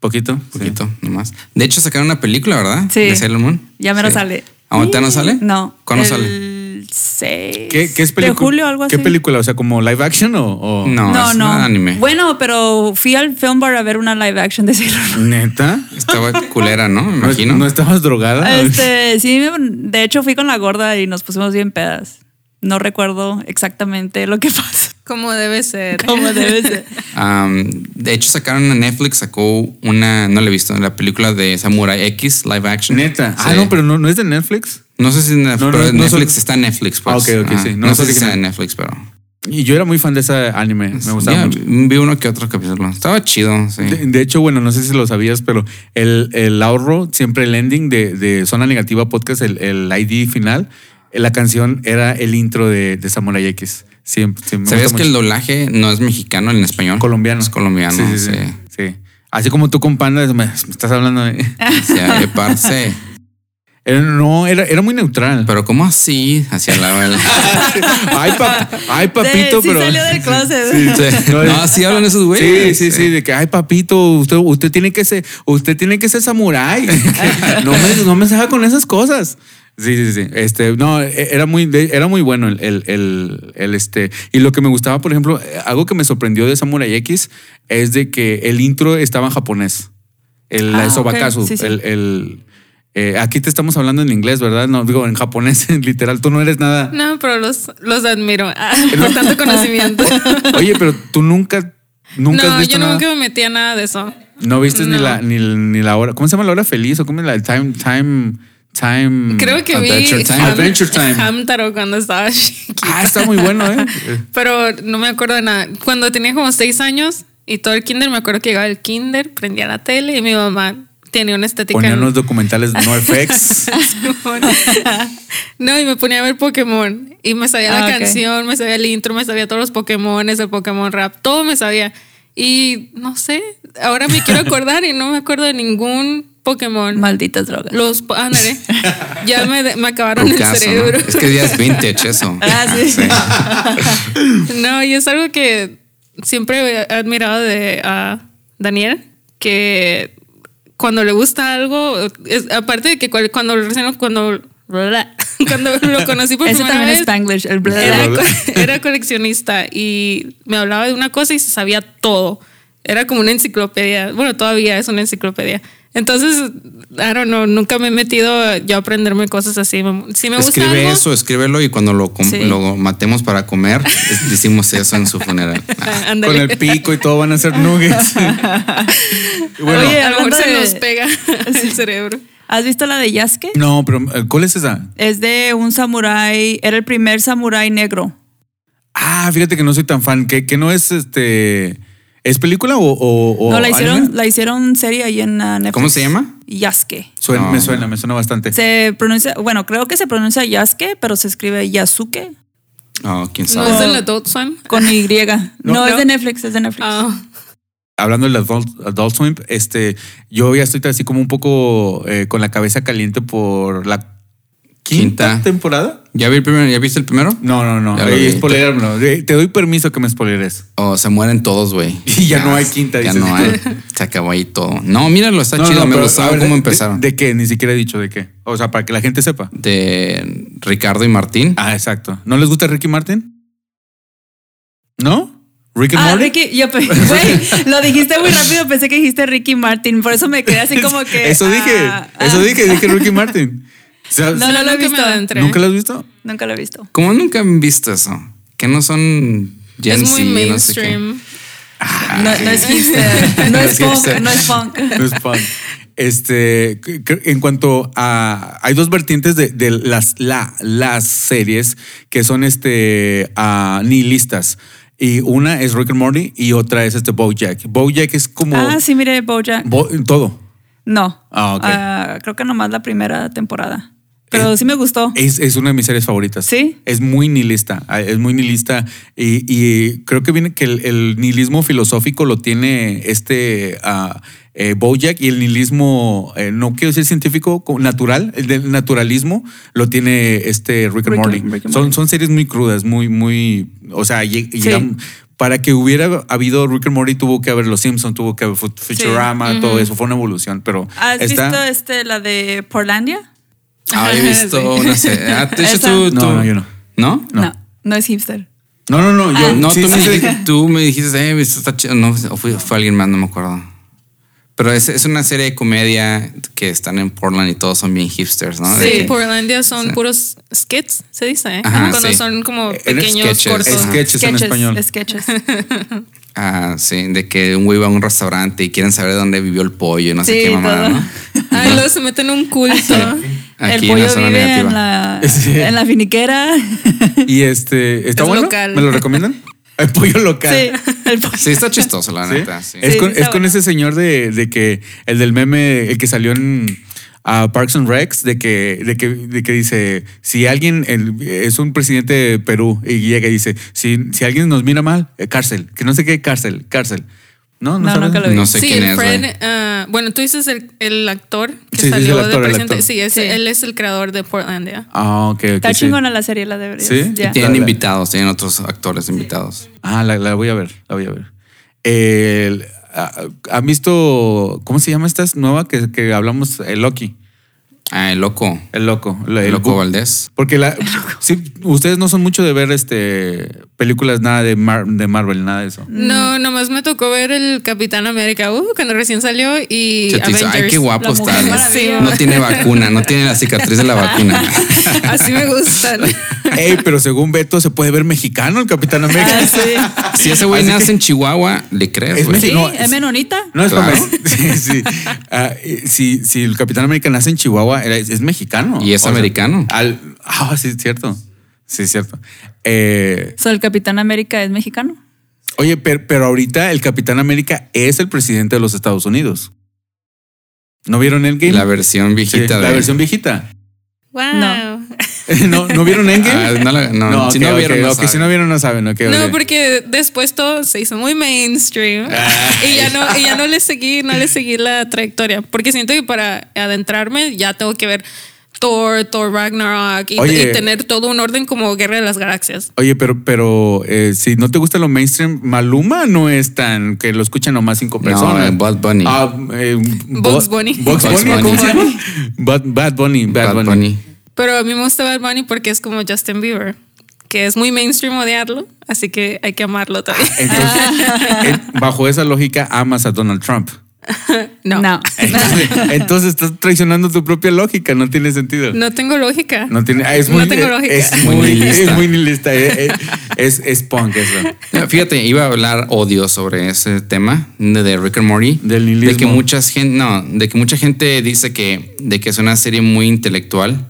S1: Poquito, poquito.
S2: poquito nomás. De hecho, sacaron una película, ¿verdad?
S3: Sí.
S2: De Sailor Moon.
S3: Ya me lo
S2: Sí.
S3: sale.
S2: ¿Ahorita no sale?
S3: No.
S2: ¿Cuándo
S3: el *laughs*
S2: sale?
S3: seis
S1: ¿Qué, qué es
S3: De
S1: película?
S3: julio, algo así.
S1: ¿Qué película? O sea, como live action o, o-
S2: No,
S3: No,
S2: es
S3: no.
S2: un anime.
S3: Bueno, pero fui al film bar a ver una live action de Sailor Moon.
S1: neta.
S2: Estaba culera, ¿no? Me
S1: ¿No, es-
S2: imagino.
S1: no estabas drogada?
S3: Este, sí, me- de hecho fui con la gorda y nos pusimos bien pedas. No recuerdo exactamente lo que *laughs* pasó.
S4: Como debe ser.
S3: Como debe ser.
S2: Am, de hecho, sacaron a Netflix, sacó una, no la he visto, la película de Samurai X, live action.
S1: Neta. Ah,
S2: Sí.
S1: no, pero no, no es de Netflix.
S2: No sé si en Netflix,
S1: No, no,
S2: pero en
S1: no
S2: Netflix
S1: son-
S2: está en Netflix, pues.
S1: Ah, ok, ok,
S2: Ajá.
S1: sí. No
S2: No,
S1: es
S2: sé si
S1: original.
S2: está en Netflix, pero.
S1: Y yo era muy fan de ese anime. Me gustaba
S2: Ya,
S1: mucho.
S2: Vi uno que otro capítulo. Estaba chido, sí.
S1: De, de hecho, bueno, no sé si lo sabías, pero el, el ahorro, siempre el ending de, de Zona Negativa Podcast, el, el ID final, eh, la canción era el intro de, de Samurai X. Siempre, siempre me
S2: ¿Sabías
S1: gusta
S2: que el
S1: mucho.
S2: doblaje no es mexicano en español?
S1: colombiano?
S2: Es colombiano,
S1: Sí,
S2: sí.
S1: sí, sí, sí. Así como tú con Panda, me, me estás hablando de... *laughs*
S2: Sí, eh, parce.
S3: *laughs*
S1: Era- no, era, era muy neutral.
S2: Pero ¿cómo así? Hacia la...
S1: ay, pap- ay, papito,
S3: *laughs* Sí, sí
S1: pero...
S3: salió del closet.
S2: Sí.
S1: No,
S2: No,
S1: es-
S2: así hablan esos güeyes.
S1: Sí, sí,
S3: este.
S1: sí, de que, ay, papito, usted, usted tiene que ser, usted tiene que ser
S3: *laughs*
S1: samurái. *laughs* no me, no me salga con esas cosas. Sí, sí, sí. Este, no, e- era muy, de- era muy bueno el, el, el- el, este. Y lo que me gustaba, por ejemplo, eh, algo que me sorprendió de Samurai X es de que el intro estaba en japonés. El
S3: Ah,
S1: la sobakazu,
S3: ok. Sí, sí.
S1: el, el- eh, aquí te estamos hablando en inglés, ¿verdad? No, digo, en japonés, *laughs* literal, tú no eres nada.
S3: *laughs*
S4: *laughs* No, pero los, los admiro *laughs* ah, por tanto conocimiento.
S1: Oye, pero tú nunca, *laughs* nunca has
S4: no,
S1: visto
S4: yo
S1: nada.
S4: nunca me metí a nada de eso.
S1: No viste ni
S4: No.
S1: la ni, ni la hora. ¿Cómo se llama la hora feliz o cómo es la time time time?
S4: Creo que
S2: Adventure
S4: vi
S2: Time.
S4: Ham-
S1: Mm, Adventure Time.
S4: Hamtaro cuando estaba *laughs* chiquita.
S1: Ah, está muy bueno,
S4: *laughs*
S1: ¿eh?
S4: Pero no me acuerdo de nada. Cuando tenía como seis años y todo el kinder, me acuerdo que llegaba el kinder, prendía la tele y mi mamá tenía una estética.
S1: Ponía
S4: *laughs*
S1: unos documentales no effects.
S4: Simón. no, y me ponía a ver Pokémon. Y me sabía
S3: Ah,
S4: la
S3: ok.
S4: canción, me sabía el intro, me sabía todos los Pokémon, el Pokémon rap, todo me sabía. Y no sé, ahora me quiero acordar y no me acuerdo de ningún
S3: *laughs*
S4: Pokémon.
S3: Malditas drogas.
S4: Los, po- ándale, ya me, de- me acabaron el
S2: Rucazo, ¿no?
S4: cerebro.
S2: Es que ya es vintage
S4: *laughs*
S2: eso.
S3: Ah, sí.
S4: No, y es algo que siempre he admirado de ah, Daniel, que cuando le gusta algo, es- aparte de que cual- cuando recién lo- cuando, *laughs* cuando lo conocí por
S3: Ese
S4: primera
S3: también es
S4: vez,
S3: Spanglish, el bla,
S4: era,
S3: bla, bla.
S4: co- era coleccionista y me hablaba de una cosa y se sabía todo. Era como una enciclopedia. Bueno, todavía es una enciclopedia. Entonces, I don't know, nunca me he metido yo a aprenderme cosas así. Si me gusta
S2: Escribe
S4: algo,
S2: eso, escríbelo y cuando lo, com-
S3: Sí.
S2: lo matemos para comer, es- decimos eso en su funeral.
S4: *laughs* ah,
S1: Con
S4: ándale.
S1: el pico y todo van a ser
S4: *laughs*
S1: nuggets. Y bueno,
S3: Oye,
S4: a lo mejor
S3: hablando
S4: se
S3: de-
S4: nos pega *laughs* el cerebro.
S3: ¿Has visto la de Yasuke?
S1: no, pero eh, ¿cuál es esa?
S3: Es de un samurái, era el primer samurái negro.
S1: Ah, fíjate que no soy tan fan. ¿Qué, qué no es este? ¿Es película o.? o- o
S3: no, la hicieron,
S1: Oh, anime?
S3: la hicieron serie ahí en ah, Netflix.
S2: ¿Cómo se llama?
S3: Yasuke.
S1: Suena-
S2: No.
S1: Me suena, me suena bastante.
S3: Se pronuncia, bueno, creo que se pronuncia Yasuke, pero se escribe Yasuke
S2: Oh, quién
S4: No
S2: sabe.
S4: es el Adult Swim.
S3: con Y. *laughs* No,
S1: No,
S3: es
S1: no.
S3: de Netflix, es de Netflix.
S4: Ah,
S1: Hablando del Adult, adult Swim, este, yo ya estoy así como un poco eh, con la cabeza caliente por la quinta,
S2: Quinta.
S1: temporada.
S2: ¿Ya, vi el primero? ¿Ya viste el primero?
S1: No, no, no.
S2: Ya lo
S1: eh,
S2: vi.
S1: spoileármelo. Eh, Te doy permiso que me spoileres.
S2: Oh, se mueren todos, güey.
S1: *laughs* Y ya no hay quinta,
S2: Ya
S1: dices.
S2: no hay. Se acabó ahí todo. No, míralo, está chido. me
S1: pero, a
S2: gustaba
S1: ver,
S2: cómo
S1: de-
S2: empezaron.
S1: De,
S2: De,
S1: de qué? Ni siquiera he dicho de qué. O sea, para que la gente sepa.
S2: Ricardo y Martín.
S1: Ah, exacto. ¿No les gusta Ricky Martin? ¿No? ¿Ricky
S3: Ah,
S1: Martin?
S3: Ricky,
S1: *laughs*
S3: yo, pe- güey, lo dijiste muy rápido, pensé que dijiste Ricky Martin, por eso me quedé así como que.
S1: Eso dije,
S3: ah,
S1: eso
S3: ah.
S1: dije, dije Ricky
S3: *laughs*
S1: Martin. O sea,
S3: No, no lo he
S4: nunca me
S3: visto.
S4: adentré.
S1: ¿Nunca lo has visto?
S3: Nunca lo he visto.
S2: ¿Cómo nunca han visto eso? Que no son Gen
S4: es muy
S2: Z, no sé qué.
S4: mainstream.
S1: Ah,
S3: No, no es
S1: *laughs*
S3: hipster, no es punk, no es punk.
S1: No *laughs* es fan. Este, cre- cre- en cuanto a, hay dos vertientes de, de las, la, las series que son este, ah, nihilistas. Y una es Rick and Morty y otra es este BoJack. BoJack es como
S3: Ah, sí, mire, Bojack.
S1: Bo- todo.
S3: No.
S1: Ah, ok. Eh,
S3: creo que nomás la primera temporada. Pero sí me gustó.
S1: Es, es una de mis series favoritas.
S3: ¿Sí?
S1: Es muy nihilista, ah, es muy nihilista y, y creo que viene que el, el nihilismo filosófico lo tiene este ah, eh, Bojack y el nihilismo, eh, no quiero decir científico, co- natural, el del naturalismo lo tiene este Rick and
S3: Rick and-
S1: Morty.
S3: Rick and
S1: Son,
S3: Morty.
S1: son series muy crudas, muy, muy, o sea, lleg-
S3: Sí.
S1: llegan- para que hubiera habido Rick and Morty tuvo que haber Los Simpsons, tuvo que haber Fut- Futurama, todo eso, fue una evolución, pero
S3: ¿Has
S1: está-
S3: visto este, la de Portlandia?
S2: Ah, he visto
S4: Sí.
S2: una serie. Ah, de hecho,
S3: Esa.
S2: tú,
S1: No,
S2: tú-
S1: no, yo no.
S2: ¿No?
S3: No. no. es hipster.
S1: No, no, no,
S3: Ah,
S1: yo
S2: no,
S1: sí,
S2: tú,
S1: sí,
S2: me
S1: sí.
S2: dijiste, tú me dijiste, eh, esto está chido. No, o fui- fue alguien más, no me acuerdo. Pero es, es una serie de comedia que están en Portland y todos son bien hipsters, ¿no? De
S4: Sí,
S2: que-
S4: Portlandia son puros skits, se dice, ¿eh?
S2: Ajá,
S4: Cuando
S2: sí.
S4: son como
S1: Eh,
S4: pequeños
S2: sketches.
S4: cortos.
S2: Ajá.
S1: Sketches en español. *laughs*
S3: Sketches.
S2: Ah, sí, de que un güey va a un restaurante y quieren saber dónde vivió el pollo y no sé
S3: Sí,
S2: qué mamada,
S3: todo.
S2: ¿no?
S4: Ay, luego se meten en un culto.
S2: Aquí
S3: El
S2: en la
S3: pollo
S2: zona
S3: vive
S2: negativa.
S3: en la,
S1: *laughs* Sí.
S3: en la finiquera.
S1: Y este, ¿está
S4: Es
S1: bueno?
S4: local.
S1: ¿Me lo
S3: *laughs*
S1: recomiendan? El pollo local.
S3: sí, el pollo.
S2: Sí, está chistoso, la
S1: *laughs* ¿Sí?
S2: neta. Sí.
S1: Es,
S3: Sí,
S1: con,
S3: sí está
S1: es con
S3: bueno.
S1: ese señor de, de que el del meme, el que salió en ah, Parks and Recs, de que, de que, de que dice, si alguien el- es un presidente de Perú y llega y dice, si, si alguien nos mira mal, eh, cárcel, que no sé qué, cárcel, cárcel. No, no,
S3: No,
S1: sabes?
S3: nunca lo vi.
S2: No sé
S4: sí,
S2: quién
S4: el
S2: es,
S4: Fred,
S2: güey.
S4: ah, bueno, tú dices el, el actor que
S1: Sí, sí, es el
S4: salió
S1: actor, el
S4: de presente.
S1: actor.
S4: Sí, es-
S3: Sí.
S4: él es el creador de Portlandia.
S1: Ah, ok, ok.
S3: Está
S1: sí.
S3: chingona la serie, la deberías.
S1: Sí,
S3: ya.
S2: Tienen
S1: La- la-
S2: invitados, tienen otros actores invitados.
S1: Ah, la, la voy a ver, la voy a ver. El- ah, ¿Han visto, cómo se llama esta nueva que, que hablamos? El Loki.
S2: Ah, el loco.
S1: El loco. El,
S2: El loco
S1: bu-
S2: Valdés.
S1: Porque
S3: *laughs*
S1: la, sí, ustedes no son mucho de ver este películas nada de, Mar- de Marvel, nada de eso.
S4: No, nomás me tocó ver el Capitán América uh, cuando recién salió y
S2: Se te hizo,
S4: Avengers.
S2: Ay, qué guapo
S3: La
S2: está.
S3: Mujer
S2: ¿ves?
S4: Maravilla.
S2: No tiene vacuna, no tiene la cicatriz de la
S4: *laughs*
S2: vacuna.
S4: *laughs* Así me gustan.
S1: Ey, pero según Beto, se puede ver mexicano el Capitán América.
S3: Ah, sí.
S1: *laughs*
S2: *laughs* Si ese güey
S1: Así
S2: nace
S1: que-
S2: en Chihuahua, le crees,
S1: Es
S2: güey.
S1: Sí,
S3: Sí,
S1: no,
S3: es
S1: es-
S3: menonita.
S1: No es
S2: Claro.
S1: broma, ¿eh? *laughs* Sí, sí. Ah, eh, si, si el Capitán América nace en Chihuahua, era- es, es mexicano.
S2: Y es
S1: sea,
S2: americano.
S1: al- Ah, sí, es cierto. Sí, es cierto. Eh,
S3: O sea, el Capitán América es mexicano.
S1: oye, per- pero ahorita el Capitán América es el presidente de los Estados Unidos. ¿No vieron Endgame?
S2: La versión
S1: Sí,
S2: viejita de
S1: la versión viejita. *laughs*
S4: Wow.
S3: No.
S1: ¿No, ¿No vieron Endgame?
S2: Ah, no, la- no, si no
S1: ok,
S2: vieron,
S1: ok,
S2: no
S1: ok,
S2: saben.
S1: si no vieron, no saben. ok,
S4: No,
S1: ok.
S4: porque después todo se hizo muy mainstream
S2: Ah.
S4: *laughs* y ya no, y ya no le seguí, no le seguí la trayectoria. Porque siento que para adentrarme ya tengo que ver Thor, Thor Ragnarok y,
S1: Oye.
S4: y tener todo un orden como Guerra de las Galaxias.
S1: Oye, pero, pero eh, si no te gusta lo mainstream, Maluma no es tan que lo escuchan nomás cinco
S2: No,
S1: personas.
S2: eh, Bad Bunny.
S1: Ah, eh,
S4: Bugs
S1: Bo-
S4: Bunny.
S1: Bugs
S2: Bugs
S1: Bunny, ¿cómo
S2: Bunny.
S1: se llama? Bad, Bad Bunny. Bad, Bunny.
S4: Pero a mí me gusta Bad Bunny porque es como Justin Bieber, que es muy mainstream odiarlo,
S2: Ah, eh,
S4: así que hay que amarlo también. *laughs*
S1: Entonces, eh, bajo esa lógica, amas a Donald Trump.
S4: No.
S3: No.
S1: Entonces, entonces estás traicionando tu propia lógica, no tiene sentido.
S4: No tengo lógica.
S1: No tiene, ah, es
S4: No
S1: muy,
S4: tengo lógica.
S1: Es muy,
S2: Muy nihilista.
S1: es muy nihilista, eh, eh, Es, es punk eso.
S2: Ah, Fíjate, iba a hablar odio sobre ese tema de, de Rick and Morty.
S1: Del nihilismo.
S2: de que muchas gen- no, de que mucha gente dice que, de que es una serie muy intelectual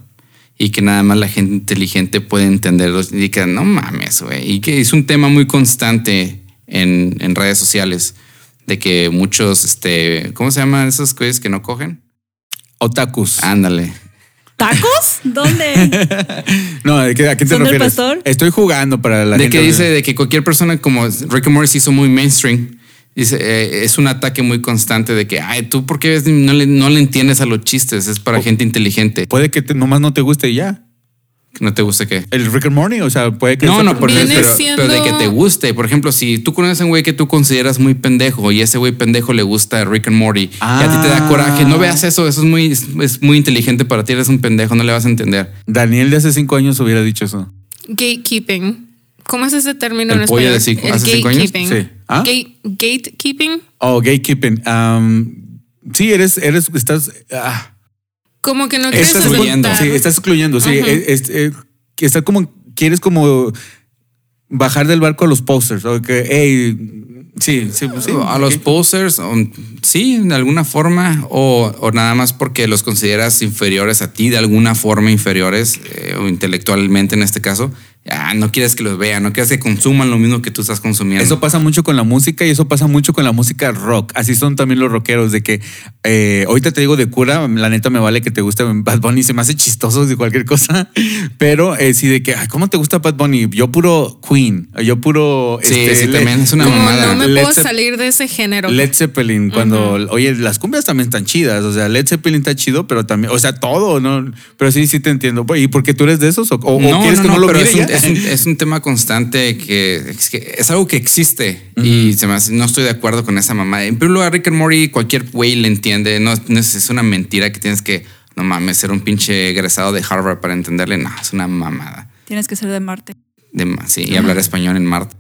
S2: y que nada más la gente inteligente puede entenderlo. Y que no mames, güey. Y que es un tema muy constante en, en redes sociales. De que muchos, este, ¿cómo se llaman esos güeyes que no cogen?
S1: Otakus.
S2: Ándale.
S3: ¿Tacos?
S1: *laughs*
S3: ¿Dónde?
S1: No, ¿de qué- ¿a qué te
S3: ¿Son del
S1: refieres?
S3: pastor?
S1: Estoy jugando para la
S2: de
S1: gente.
S2: que dice de que cualquier persona como Rick and Morty se hizo muy mainstream. Dice, eh, es un ataque muy constante de que, ay, tú, ¿por qué no le, no le entiendes a los chistes? Es
S1: Oh.
S2: para gente inteligente.
S1: Puede que te- nomás no te guste y ya.
S2: ¿No te guste qué?
S1: El Rick and Morty, o sea, puede que...
S2: No,
S1: sea-
S2: no, por eso,
S4: Viene
S2: pero,
S4: siendo-
S2: pero de que te guste. Por ejemplo, si tú conoces a un güey que tú consideras muy pendejo y ese güey pendejo le gusta Rick and Morty y a ti te
S1: Ah.
S2: da coraje, no veas eso, eso es muy, es, es muy inteligente para ti, eres un pendejo, no le vas a entender.
S1: Daniel de hace cinco años hubiera dicho eso.
S4: Gatekeeping. ¿Cómo es ese término
S2: El
S4: en
S2: pollo
S4: español?
S2: de cinco-
S4: El
S2: hace cinco años,
S4: gatekeeping.
S1: sí. ¿Ah?
S4: Gate- gatekeeping.
S1: Oh, gatekeeping. Um, sí, eres, eres, estás... ah.
S4: Como que no quieres
S1: estás
S2: excluyendo.
S4: aceptar.
S1: Sí, estás excluyendo. Sí,
S4: Ajá.
S1: es- es- eh, que está como, quieres como bajar del barco a los posters. O que, hey, sí, sí, pues, sí.
S2: a los posers, um, sí, de alguna forma, o, o nada más porque los consideras inferiores a ti, de alguna forma inferiores, eh, o intelectualmente en este caso. Ah, no quieres que los vean, no quieres que consuman lo mismo que tú estás consumiendo.
S1: Eso pasa mucho con la música y eso pasa mucho con la música rock. Así son también los rockeros, de que eh, ahorita te digo de cura, la neta me vale que te guste Bad Bunny, se me hace chistoso de cualquier cosa, pero eh, sí de que, ay, ¿cómo te gusta Bad Bunny? Yo puro Queen, yo puro... este,
S2: Sí, sí,
S1: Le-
S2: también es una
S4: Como
S2: mamada.
S4: no me
S1: Led
S4: puedo
S1: Zepp-
S4: salir de ese género.
S1: Led Zeppelin, cuando, oye, las cumbias también están chidas, o sea, Led Zeppelin está chido, pero también, o sea, todo, ¿no? Pero sí, sí te entiendo. ¿Y por qué tú eres de esos? ¿O, o quieres que no, lo
S2: pero
S1: mire
S2: es un,
S1: ya?
S2: es, un, es un tema constante que es, que es algo que existe y se me hace- no estoy de acuerdo con esa mamá. En primer lugar, Rick and Morty, cualquier güey le entiende. No, no es, es una mentira que tienes que, no mames, ser un pinche egresado de Harvard para entenderle. No, es una mamada.
S3: Tienes que ser de Marte.
S2: De, ma- sí, y hablar español en Marte,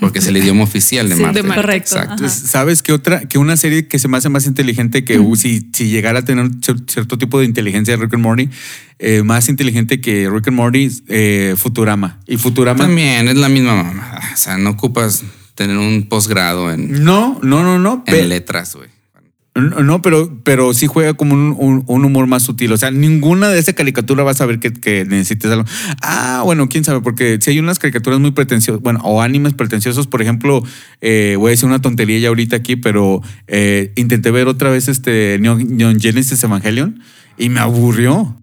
S2: porque es el idioma oficial de
S3: Sí, de
S2: Marte.
S4: Marte.
S3: Correcto,
S2: Exacto.
S1: Entonces, ¿Sabes qué otra? Que una serie que se me hace más inteligente que uh, si, si llegara a tener cier- cierto tipo de inteligencia de Rick and Morty, eh, más inteligente que Rick and Morty, eh, Futurama. Y Futurama.
S2: También es la misma mamada. O sea, no ocupas tener un posgrado en,
S1: No, no, no, no.
S2: en
S1: pe-
S2: letras, güey.
S1: No, no, pero, pero sí juega como un, un- un humor más sutil. O sea, ninguna de esa caricatura vas a ver que, que necesites algo. Ah, bueno, quién sabe, porque si hay unas caricaturas muy pretenciosas, bueno, o animes pretenciosos, por ejemplo, eh, voy a decir una tontería ya ahorita aquí, pero eh, intenté ver otra vez este Neon, Neon Genesis Evangelion y me aburrió.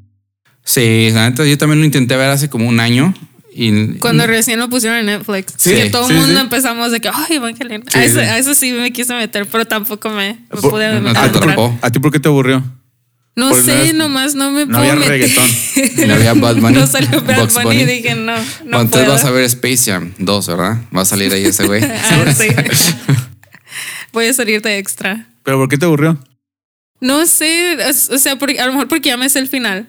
S2: Sí, la neta, yo también lo intenté ver hace como un año. Y *laughs*
S4: Cuando recién lo pusieron en Netflix,
S1: Sí,
S4: que todo
S1: sí,
S4: el mundo
S1: sí.
S4: empezamos de que, ay, Evangelina.
S1: Sí,
S4: a, eso,
S1: sí.
S4: a eso sí me quise meter, pero tampoco me, me
S1: Por-
S4: pude
S2: no te
S4: adentrar.
S2: atrapó.
S1: ¿A ti por qué te aburrió?
S4: No
S1: Pues no
S4: sé,
S1: es-
S4: nomás no me
S1: No
S4: puedo
S1: había
S4: meter. *laughs*
S1: reggaetón.
S2: No había Bad Bunny,
S4: no salió Bad
S2: Bugs
S4: Bunny,
S2: Bunny.
S4: y dije, no, no
S2: Entonces
S4: puedo.
S2: vas a ver Space Jam 2, ¿verdad? Va a salir ahí ese güey.
S4: *laughs* Ah, sí.
S1: *laughs*
S4: Voy a salir de extra.
S1: ¿Pero por qué te aburrió?
S4: No sé, es- o sea, porque- a lo mejor porque ya me sé el final.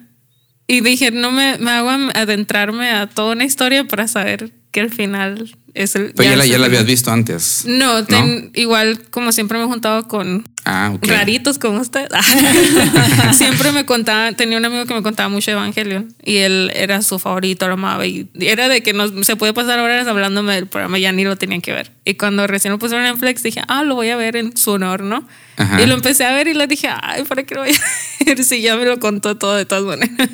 S4: Y dije, no me, me hago adentrarme a toda una historia para saber que el final es el...
S2: Pero ya, la,
S4: es
S2: ya
S4: el
S2: la habías
S4: final.
S2: visto antes.
S4: No, ten- igual como siempre me he juntado con
S2: Ah, ok.
S4: raritos
S2: *laughs*
S4: como usted. *laughs* Siempre me contaba, tenía un amigo que me contaba mucho Evangelion y él era su favorito, lo amaba y era de que nos, se puede pasar horas hablándome del programa, ya ni lo tenían que ver. Y cuando recién lo pusieron en Netflix dije, ah, lo voy a ver en su honor, ¿no?
S2: Ajá.
S4: Y lo empecé a ver y le dije, ay, ¿para qué lo voy a ver? *laughs* Si ya me lo contó todo de todas maneras.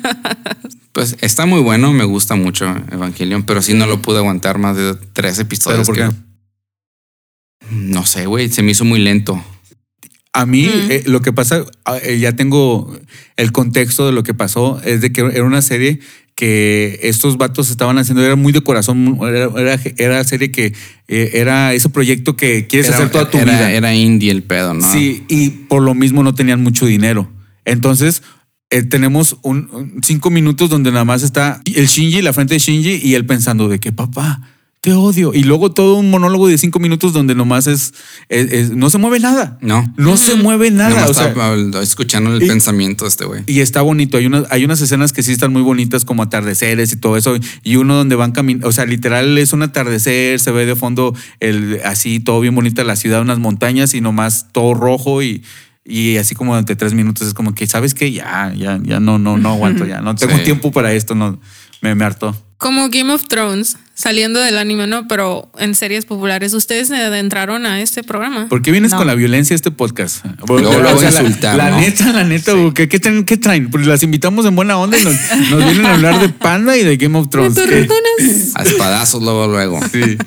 S2: Pues está muy bueno, me gusta mucho Evangelion, pero sí no lo pude aguantar más de tres
S1: ¿Pero
S2: episodios.
S1: por qué?
S2: que- No sé, güey, se me hizo muy lento.
S1: A mí eh, lo que pasa, ah, eh, ya tengo el contexto de lo que pasó, es de que era una serie que estos vatos estaban haciendo, era muy de corazón, era, era, era serie que eh, era ese proyecto que quieres hacer toda tu
S2: era,
S1: vida.
S2: Era indie el pedo, ¿no?
S1: Sí, y por lo mismo no tenían mucho dinero. Entonces, eh, tenemos un, un cinco minutos donde nada más está el Shinji, la frente de Shinji, y él pensando de que papá, te odio. Y luego todo un monólogo de cinco minutos donde nomás es, es- es- no se mueve nada.
S2: No.
S1: No se mueve nada.
S2: Nomás
S1: o sea,
S2: estaba escuchando el
S1: y-
S2: pensamiento de este güey.
S1: y está bonito. Hay unas, hay unas escenas que sí están muy bonitas, como atardeceres y todo eso. Y uno donde van caminando, o sea, literal es un atardecer, se ve de fondo el, así todo bien bonita la ciudad, unas montañas y nomás todo rojo y Y así como durante tres minutos es como que, ¿sabes qué? Ya, ya, ya no, no, no aguanto, ya no tengo
S2: Sí.
S1: tiempo para esto, no, me, me hartó.
S4: Como Game of Thrones, saliendo del anime, ¿no? Pero en series populares, ¿ustedes se adentraron a este programa?
S1: ¿Por qué vienes
S3: No.
S1: con la violencia a este podcast?
S2: Luego lo
S1: O sea, la-
S2: insultar,
S1: La,
S2: ¿no?
S1: neta, la neta, güey, ¿qué, qué traen, qué traen? Pues las invitamos en buena onda y nos, nos vienen a hablar de Panda y de Game of Thrones.
S4: ¿Tú,
S1: ¿Qué?
S4: Rutunas?
S2: A espadazos luego, luego.
S1: Sí.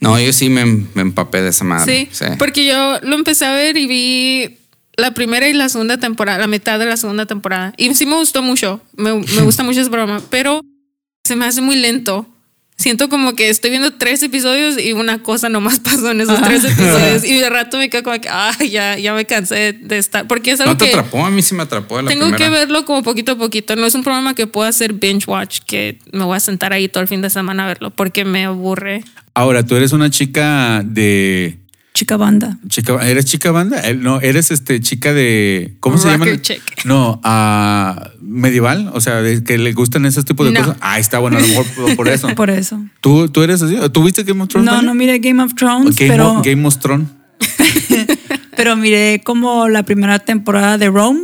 S2: No, yo sí me, me empapé de esa madre.
S4: Sí, porque yo lo empecé a ver y vi la primera y la segunda temporada, la mitad de la segunda temporada. Y sí me gustó mucho, me,
S2: *laughs*
S4: me gusta mucho ese programa, pero se me hace muy lento. Siento como que estoy viendo tres episodios y una cosa nomás *laughs* pasó en esos
S2: Ah.
S4: tres episodios. Y de rato me quedo como que, ah, ya, ya me cansé de estar. Porque es algo
S2: No te
S4: que
S2: atrapó, a mí sí me atrapó de la
S4: tengo
S2: primera.
S4: que verlo como poquito a poquito. No es un programa que pueda hacer binge watch, que me voy a sentar ahí todo el fin de semana a verlo, porque me aburre.
S1: Ahora, tú eres una chica de.
S3: Chica banda.
S1: Chica, ¿Eres chica banda? Eh, No, eres este chica de. ¿Cómo se
S4: Rocker
S1: llama?
S4: chick.
S1: No, ah, medieval. O sea, de que le gustan esos tipos de
S4: No.
S1: cosas. Ah, está bueno, a lo mejor por- por eso.
S3: *laughs* Por eso.
S1: ¿Tú, ¿Tú eres así? ¿Tú viste Game of Thrones?
S3: No,
S1: Dani?
S3: no miré Game of
S1: ¿O
S3: Thrones,
S1: Game,
S3: pero,
S1: of- Game of Thrones.
S3: *laughs* pero miré como la primera temporada de Rome,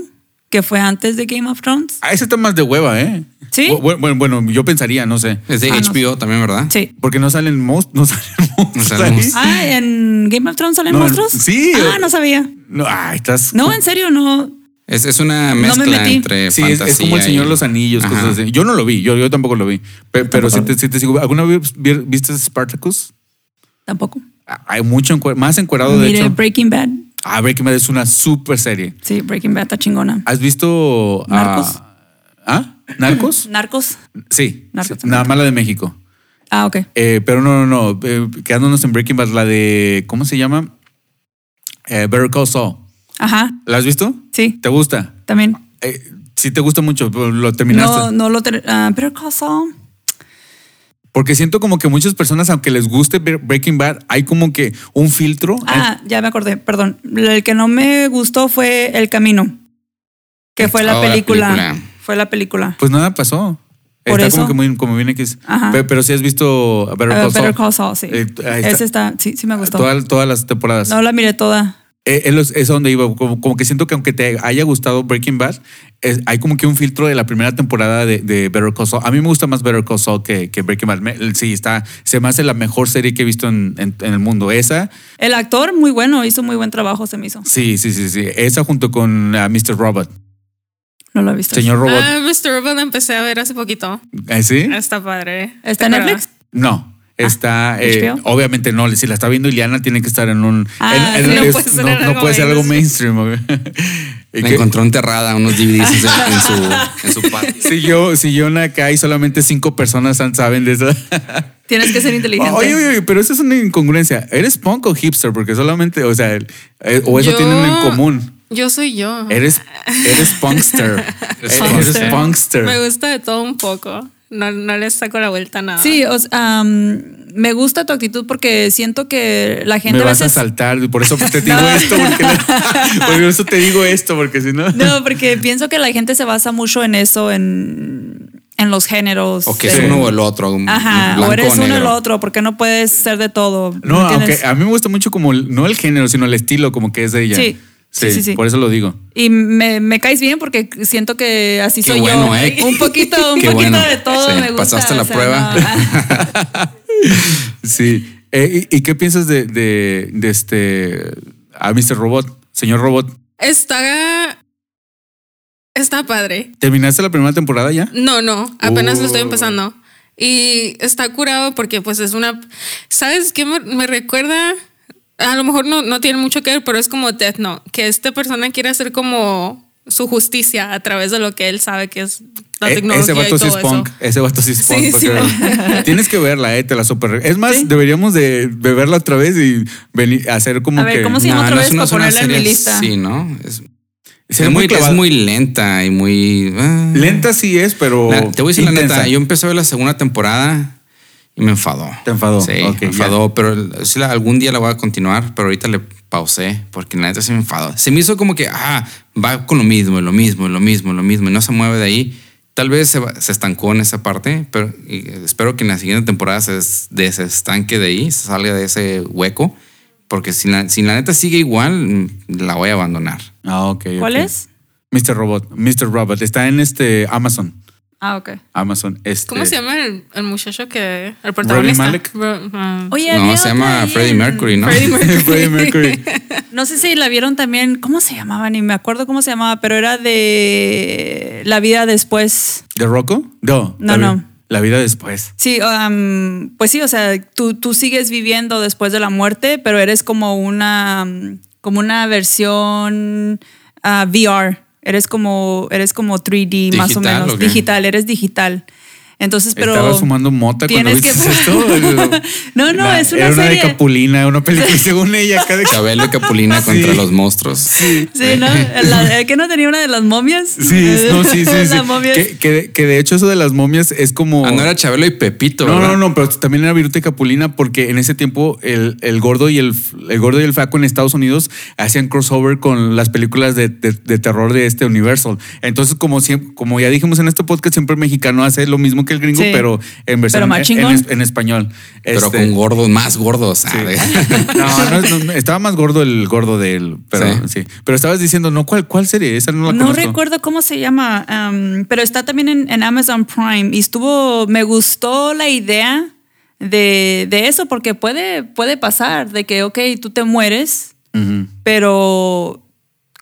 S3: que fue antes de Game of Thrones.
S1: Ah, ese está más de hueva, ¿eh?
S3: ¿Sí?
S1: Bu- bu- Bueno, bueno, yo pensaría, no sé.
S2: Es de
S3: Ah, no.
S2: HBO también, ¿verdad?
S3: Sí.
S1: Porque no salen monstruos. No *laughs* salen monstruos.
S2: salen
S1: ahí.
S2: monstruos.
S3: Ah, ¿en Game of Thrones salen
S1: No,
S3: monstruos?
S1: sí.
S3: Ah, no sabía.
S1: No, ah, estás.
S3: No, en serio, no.
S2: Es, es una
S3: me
S2: mezcla
S3: metí.
S2: entre
S1: Sí, es- es, como el
S2: fantasía y-
S1: Señor de los Anillos,
S2: Ajá.
S1: cosas así. Yo no lo vi, yo, yo tampoco lo vi. Pe- pero sí te, sí te sigo. ¿Alguna vez vi- viste Spartacus?
S3: Tampoco.
S1: Ah, Hay mucho, encue- más encuerado Oh, de
S3: miré
S1: hecho.
S3: Breaking Bad.
S1: ah, Breaking Bad es una super serie.
S3: Sí, Breaking Bad está chingona.
S1: ¿Has visto. ah,
S3: ¿Narcos?
S1: ¿Ah? ¿Narcos?
S3: Narcos.
S1: sí.
S3: Narcos
S1: sí, Nada más la de México.
S3: Ah, ok.
S1: Eh, pero no, no, no. eh, quedándonos en Breaking Bad, la de. ¿Cómo se llama? Eh, Better Call Saul.
S3: Ajá.
S1: ¿La has visto?
S3: Sí,
S1: ¿Te gusta?
S3: también.
S1: Eh, sí, te gusta mucho. Lo terminaste.
S3: No, no lo. ter- ah, Better Call Saul.
S1: Porque siento como que muchas personas, aunque les guste Bre- Breaking Bad, hay como que un filtro.
S3: Ah, ya me acordé, perdón. El que no me gustó fue El Camino, que fue la,
S2: Oh, la
S3: película.
S2: película.
S3: Fue la película.
S1: Pues nada pasó.
S3: Por
S1: está como
S3: eso.
S1: que muy, como viene que es.
S3: Ajá.
S1: Pe- Pero, si has visto Better
S3: Ah,
S1: Call Saul.
S3: Better Call Saul, sí.
S1: Eh, ahí está.
S3: Ese está, sí, sí me gustó.
S1: Toda- todas las temporadas.
S3: No la miré toda.
S1: Eh, es, los- es a donde iba. Como, como que siento que aunque te haya gustado Breaking Bad, es- hay como que un filtro de la primera temporada de, de Better Call Saul. A mí me gusta más Better Call Saul que, que Breaking Bad. Me- sí, está. Se me hace la mejor serie que he visto en, en- en el mundo. Esa,
S3: El actor, muy bueno, hizo muy buen trabajo, se me hizo.
S1: sí, sí, sí, sí. Esa junto con ah, Mr. Robot.
S3: No lo he visto.
S1: Señor Robot.
S4: Ah, Mr. Robot la empecé a ver hace poquito.
S1: Eh, ¿Sí?
S4: Está padre.
S3: ¿Está en
S4: ¿Te acuerdas?
S3: Netflix?
S4: Ah.
S1: No. Está, eh,
S3: HBO?
S1: obviamente no, si la está viendo Ileana tiene que estar en un...
S3: Ah,
S1: en- en-
S4: no
S1: es-
S4: puede ser
S1: no- no
S4: algo
S1: puede ser algo mainstream. *laughs* Y
S2: La
S1: que-
S2: encontró enterrada unos DVDs
S3: *laughs*
S2: en, su, en su patio.
S1: si yo, si yo en acá y solamente cinco personas san- saben de eso.
S3: Tienes que ser *laughs* inteligente.
S1: Oye, oye, oye, pero eso es una incongruencia. ¿Eres punk o hipster? Porque solamente, o sea, el- eh, o eso
S4: Yo-
S1: tienen en común.
S4: Yo soy
S3: Ah.
S4: yo.
S1: Eres, eres
S3: *laughs*
S1: punkster.
S2: Eres
S1: eres
S2: punkster.
S1: punkster.
S4: Me gusta de todo un poco. No, no le saco la vuelta a nada.
S3: Sí, o sea, um, me gusta tu actitud porque siento que la gente
S1: Me
S3: a
S1: vas a
S3: veces.
S1: saltar, por eso
S3: *laughs*
S1: te digo
S3: No.
S1: esto, porque, por eso te digo esto, porque si no...
S3: No, porque pienso que la gente se basa mucho en eso, en, en los géneros.
S2: O que
S3: en-
S2: es uno o el otro. un-
S3: Ajá,
S2: blanco
S3: o eres uno o el
S2: negro.
S3: otro, porque no puedes ser de todo.
S1: No,
S3: ¿me
S1: aunque
S3: entiendes?
S1: a mí me gusta mucho como el- no el género, sino el estilo como que es de ella.
S3: Sí, sí, sí, sí.
S1: Por eso lo digo.
S3: Y me, me caes bien porque siento que así
S2: Qué
S3: soy yo.
S2: bueno, ¿eh?
S3: Un poquito,
S2: *laughs*
S3: un
S2: Qué
S3: poquito
S2: bueno.
S3: de todo
S2: Sí,
S3: me gusta.
S2: pasaste la
S3: o sea,
S2: prueba.
S3: no,
S2: *laughs*
S3: ah,
S1: Sí. Eh, y, y qué piensas de, de, de este a Mr. Robot, señor Robot?
S4: Está. Está padre.
S1: ¿Terminaste la primera temporada ya?
S4: No, no. Apenas lo estoy
S1: Oh.
S4: empezando. Y está curado porque, pues, es una. ¿Sabes qué me, me recuerda? A lo mejor no, no tiene mucho que ver, pero es como Death Note. Que esta persona quiere hacer como su justicia a través de lo que él sabe que es la
S1: Eh,
S4: tecnología
S1: ese vato
S4: y
S1: sí
S4: todo
S1: es punk.
S4: eso.
S1: Ese vato sí es punk.
S4: Sí, sí. *laughs*
S1: porque- Tienes que verla, eh, te la super. Es más, deberíamos de, de verla otra vez y veni- hacer como
S3: A ver,
S1: que.
S3: ¿cómo se- Sí, otra vez
S2: es una-
S3: para
S2: es una
S3: ponerla en mi
S2: serie-
S3: lista.
S2: Sí, ¿no? Es,
S1: Se ve
S2: es muy,
S1: clavada.
S2: es muy lenta y muy. ah.
S1: lenta sí es, pero.
S2: La- te voy a decir la
S1: intensa.
S2: neta. Yo empecé a ver la segunda temporada y me enfadó.
S1: Te enfadó,
S2: Sí,
S1: ok,
S2: me enfadó. Pero el- sí la- algún día la voy a continuar, pero ahorita le pausé porque la neta se me enfadó. Se me hizo como que, ah, va con lo mismo, lo mismo, lo mismo, lo mismo y no se mueve de ahí. Tal vez se, va- se estancó en esa parte, pero y espero que en la siguiente temporada se des- desestanque de ahí, se salga de ese hueco, porque si la, si la neta sigue igual, la voy a abandonar.
S1: Ah, ok.
S3: ¿Cuál
S1: ok.
S3: es?
S1: Mr. Robot. Mr. Robot. Está en este Amazon.
S3: Ah, ok.
S1: Amazon. Este,
S4: ¿Cómo
S1: *laughs*
S4: se llama el, el muchacho que. El protagonista?
S1: Malek?
S4: Bro- ah.
S3: Oye,
S2: no,
S3: había
S2: se
S3: otra
S2: llama
S3: ahí
S2: Freddie
S3: en-
S2: Mercury, ¿no? *laughs*
S4: Freddie Mercury.
S1: Freddie Mercury.
S3: No sé si la vieron también. ¿Cómo se llamaba? Ni me acuerdo cómo se llamaba, pero era de La vida después.
S1: ¿De Rocco? No. la
S3: No,
S1: vi-
S3: no.
S1: La vida después.
S3: Sí, um, pues sí, o sea, tú, tú sigues viviendo después de la muerte, pero eres como una, um, como una versión ah, VR. Eres como, eres como 3D más o
S2: ¿Digital
S3: menos.
S2: o qué?
S3: Digital, eres digital. Entonces, pero.
S1: Estaba fumando mota cuando
S3: tienes
S1: viste
S3: que-
S1: *laughs*
S3: *laughs*
S1: esto.
S3: no, no,
S1: La-
S3: es una
S1: era una
S3: serie.
S1: de Capulina, una película *laughs* según ella. acá de-
S2: Chabelo y
S3: *laughs*
S2: Capulina contra
S1: Sí.
S2: los monstruos.
S3: Sí,
S1: *laughs*
S3: ¿no? La- eh, ¿Que no tenía una de las momias?
S1: Sí, no, sí, sí. sí.
S3: *laughs* Las momias.
S1: Que, que- que de hecho eso de las momias es como...
S2: Ah, no era Chabelo y Pepito.
S1: No,
S2: ¿verdad?
S1: no, no, pero también era Viruta y Capulina porque en ese tiempo el, el gordo y el, el gordo y el flaco en Estados Unidos hacían crossover con las películas de, de- de terror de este universo. Entonces, como, siem- como ya dijimos en este podcast, siempre el mexicano hace lo mismo que el gringo,
S3: Sí.
S1: pero en versión
S3: Pero más
S1: en, en
S3: chingón.
S1: es- en español.
S2: Pero
S1: Este,
S2: con ¿eh? gordos, más gordos. ah, ¿sabes?
S1: *laughs* no, no, es- no, estaba más gordo el gordo del, pero sí. Pero estabas diciendo, no, ¿cuál, cuál serie? Esa no la
S3: No
S1: conozco.
S3: recuerdo cómo se llama, am, pero está también en, en Amazon Prime y estuvo, me gustó la idea de, de eso porque puede, puede pasar de que, ok, tú te mueres,
S1: Ujú.
S3: pero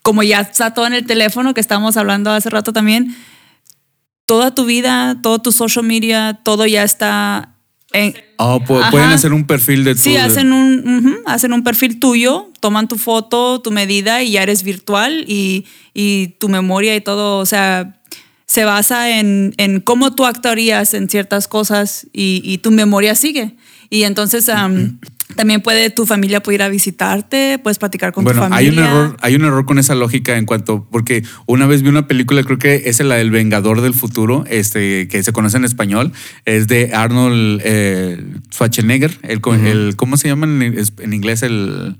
S3: como ya está todo en el teléfono que estábamos hablando hace rato también, toda tu vida, todo tu social media, todo ya está... En,
S1: Ah, pu-
S3: Ajá.
S1: pueden hacer un perfil de tu.
S3: Sí, hacen un, ujú, hacen un perfil tuyo, toman tu foto, tu medida y ya eres virtual y, y tu memoria y todo, o sea, se basa en, en cómo tú actuarías en ciertas cosas y, y tu memoria sigue. Y entonces am, también puede tu familia puede ir a visitarte, puedes platicar con
S1: bueno,
S3: tu familia.
S1: hay un error, hay un error con esa lógica en cuanto, porque una vez vi una película, creo que es la del Vengador del Futuro, este, que se conoce en español, es de Arnold eh, Schwarzenegger, el, co- el- ¿cómo se llama en, es- en inglés el?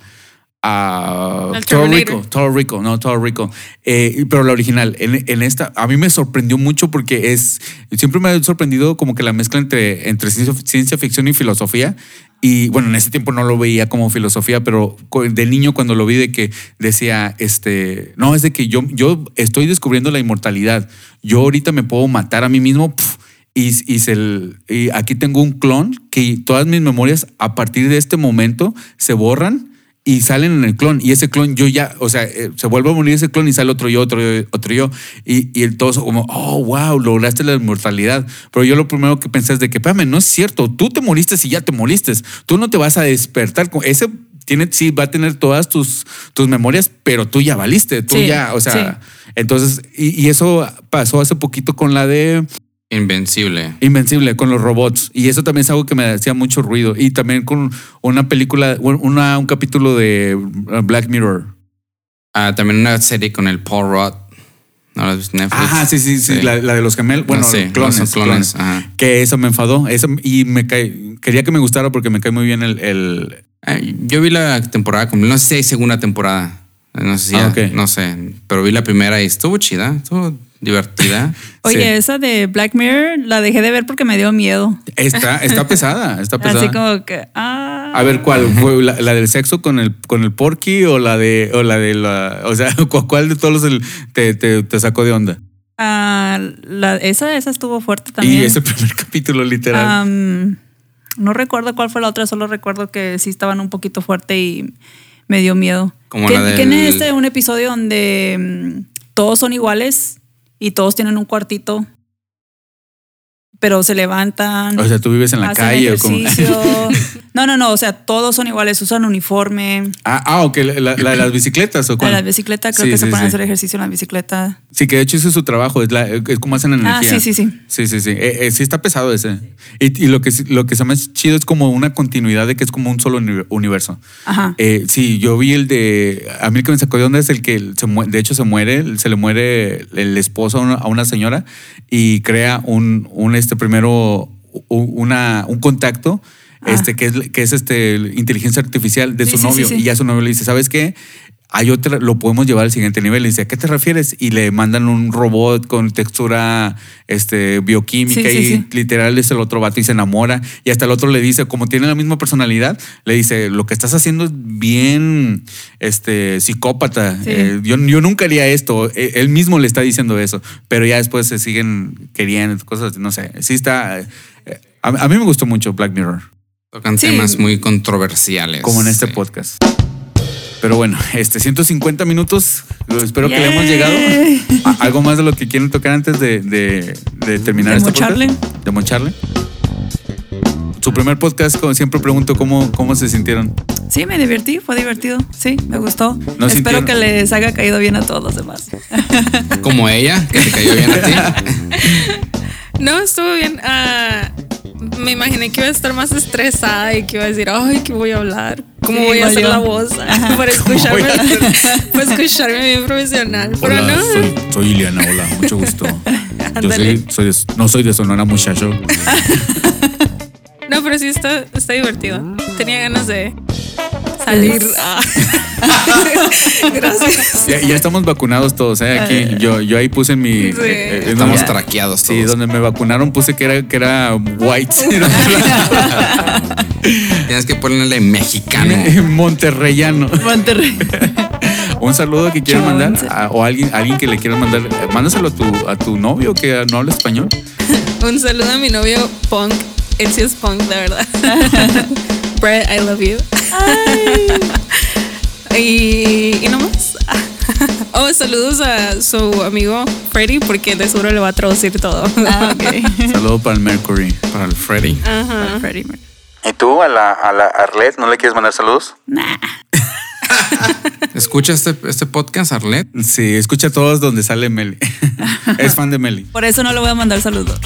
S1: ah,
S4: El
S1: Toro
S4: Terminator.
S1: Rico, Toro Rico, no, Toro Rico. Eh, pero la original, en, en esta, a mí me sorprendió mucho porque es, siempre me ha sorprendido como que la mezcla entre, entre ciencia, ciencia ficción y filosofía. Y bueno, en ese tiempo no lo veía como filosofía, pero co- de niño cuando lo vi de que decía, este, no, es de que yo, yo estoy descubriendo la inmortalidad. Yo ahorita me puedo matar a mí mismo. pf, y, y se l- y aquí tengo un clon que todas mis memorias a partir de este momento se borran y salen en el clon. Y ese clon, yo ya, o sea, eh, se vuelve a morir ese clon y sale otro yo, otro yo, otro yo. Y, y el todo como, oh, wow, lograste la inmortalidad. Pero yo lo primero que pensé es de que, espérame, no es cierto. Tú te moriste si ya te moriste. Tú no te vas a despertar. con Ese tiene, sí, va a tener todas tus, tus memorias, pero tú ya valiste. Tú
S3: Sí,
S1: ya, o sea.
S3: sí.
S1: Entonces, y, y eso pasó hace poquito con la de
S2: *laughs* Invencible.
S1: Invencible con los robots. Y eso también es algo que me hacía mucho ruido. Y también con una película, una, un capítulo de uh, Black Mirror.
S2: Ah, también una serie con el Paul Rudd. ¿No la has visto en Netflix?
S1: Ajá, sí, sí, sí. La, la de los gemelos. Bueno,
S2: No sé,
S1: clones,
S2: no son clones,
S1: clones.
S2: ajá.
S1: Que eso me enfadó. Eso, y me cae, quería que me gustara porque me cae muy bien el. el-
S2: Ah, Yo vi la temporada, completa, no sé si hay segunda temporada. No sé si
S1: Ah,
S2: ya-
S1: ok.
S2: no sé, pero vi la primera y estuvo chida, estuvo
S1: *laughs*
S2: divertida.
S3: Oye,
S1: Sí.
S3: esa de Black Mirror la dejé de ver porque me dio miedo.
S1: está, está pesada. Está pesada.
S3: Así como que, ah.
S1: A ver, ¿cuál? ¿Fue la, la del sexo con el, con el porky o la de. O, la de la, o sea, *laughs* ¿cu- ¿cuál de todos los el- te, te- te sacó de onda?
S3: Ah, la- esa, esa estuvo fuerte también. Ah.
S1: Y ese *laughs* primer capítulo, literal.
S3: Am, no recuerdo cuál fue la otra, solo recuerdo que sí estaban un poquito fuerte y me dio miedo.
S2: Como
S3: ¿Qué,
S2: la del-
S3: qué es este un episodio donde mm, todos son iguales y todos tienen un cuartito? Pero se levantan.
S1: o sea, tú vives en la
S3: hacen
S1: calle. o como-
S3: ejercicio.
S1: *laughs*
S3: no, no, no. O sea, todos son iguales, usan uniforme.
S1: Ah, ah, ok, la, la- la de las bicicletas o
S3: A
S1: cuál?
S3: la bicicleta, creo
S1: Sí,
S3: que se
S1: sí,
S3: ponen a
S1: sí.
S3: hacer ejercicio en la bicicleta.
S1: Sí, que de hecho ese es su trabajo, es, la, es como hacen energía.
S3: Ah, sí, sí, sí.
S1: Sí, sí, sí. Eh, eh, sí está pesado ese. Y, y lo, que, sí- lo que se me hace chido es como una continuidad de que es como un solo uni- universo.
S3: Ajá.
S1: Eh, sí, yo vi el de. A mí el que me sacó de onda es el que se mue- de hecho se muere, se le muere el esposo a una, a una señora y crea un, un este primero u- una, un contacto.
S3: Ah.
S1: Este que es, que es este inteligencia artificial de
S3: Sí,
S1: su
S3: sí, sí,
S1: novio
S3: sí.
S1: y ya su novio le dice, ¿sabes qué? hay otra, lo podemos llevar al siguiente nivel. Y dice, ¿a qué te refieres? Y le mandan un robot con textura este, bioquímica
S3: Sí,
S1: y
S3: sí, sí.
S1: literal es el otro vato y se enamora. Y hasta el otro le dice, como tiene la misma personalidad, le dice, lo que estás haciendo es bien este, psicópata.
S3: Sí.
S1: Eh, yo, yo nunca haría esto. Eh, Él mismo le está diciendo eso. Pero ya después se siguen queriendo, cosas, no sé. Sí está... eh, A, a mí me gustó mucho Black Mirror,
S2: Tocan
S3: Sí.
S2: temas muy controversiales.
S1: como en este
S2: Sí.
S1: podcast. Pero bueno, este 150 minutos, lo espero que le hemos
S3: Yay.
S1: llegado. A- ¿Algo más de lo que quieren tocar antes de, de- de terminar
S3: ¿De
S1: este
S3: mocharle?
S1: podcast? De mocharle. Su primer podcast, como siempre pregunto, ¿cómo, cómo se sintieron?
S3: Sí, me divertí, fue divertido. Sí, me gustó.
S1: No
S3: Espero
S1: sintieron-
S3: que les haya caído bien a todos
S1: *laughs*
S3: los demás.
S2: Como ella, que te cayó bien a ti.
S4: No, estuvo bien. Ah, me imaginé que iba a estar más estresada y que iba a decir, ay, ¿qué voy a hablar? ¿Cómo
S3: Sí,
S4: voy a
S3: igual
S4: hacer
S3: yo.
S4: la voz? *laughs* Para escucharme, *laughs* para escucharme bien profesional. Pero no,
S1: soy Ileana, hola, mucho gusto.
S3: Yo soy-
S1: no soy de Sonora, muchacho.
S4: no, pero sí está, está divertido. Tenía ganas de salir. Ah. Gracias.
S1: Ya, ya estamos vacunados todos, ¿eh? Aquí, yo, yo ahí puse mi... eh, eh, donde-
S2: Estamos traqueados
S1: Sí,
S2: todos.
S1: donde me vacunaron puse que era, que era white. *laughs* Era
S2: Tienes que
S1: *laughs*
S2: ponerle mexicano.
S1: blanco. Monterreyano.
S3: Monterrey.
S1: Un saludo que quieran mandar
S3: Chonce.
S1: a- o alguien, alguien que le quieran mandar, eh, mándaselo a tu, a tu novio que no habla español.
S4: Un saludo a mi novio punk. Él sí es punk,
S3: *laughs*
S4: la verdad. Brett, I love you. y, y no más. *laughs* oh, saludos a su amigo Freddy, porque de seguro le va a traducir todo. *laughs*
S3: Ah, ok.
S1: Saludo para el Mercury.
S2: Para el Freddy.
S4: Ajá.
S3: Freddie Mercury.
S1: ¿Y tú a la, a la Arlet no le quieres mandar saludos?
S3: Nah.
S2: Escucha este, este podcast, Arlet.
S1: Sí, escucha todos donde sale Meli. es fan de Meli.
S3: Por eso no le voy a mandar saludos.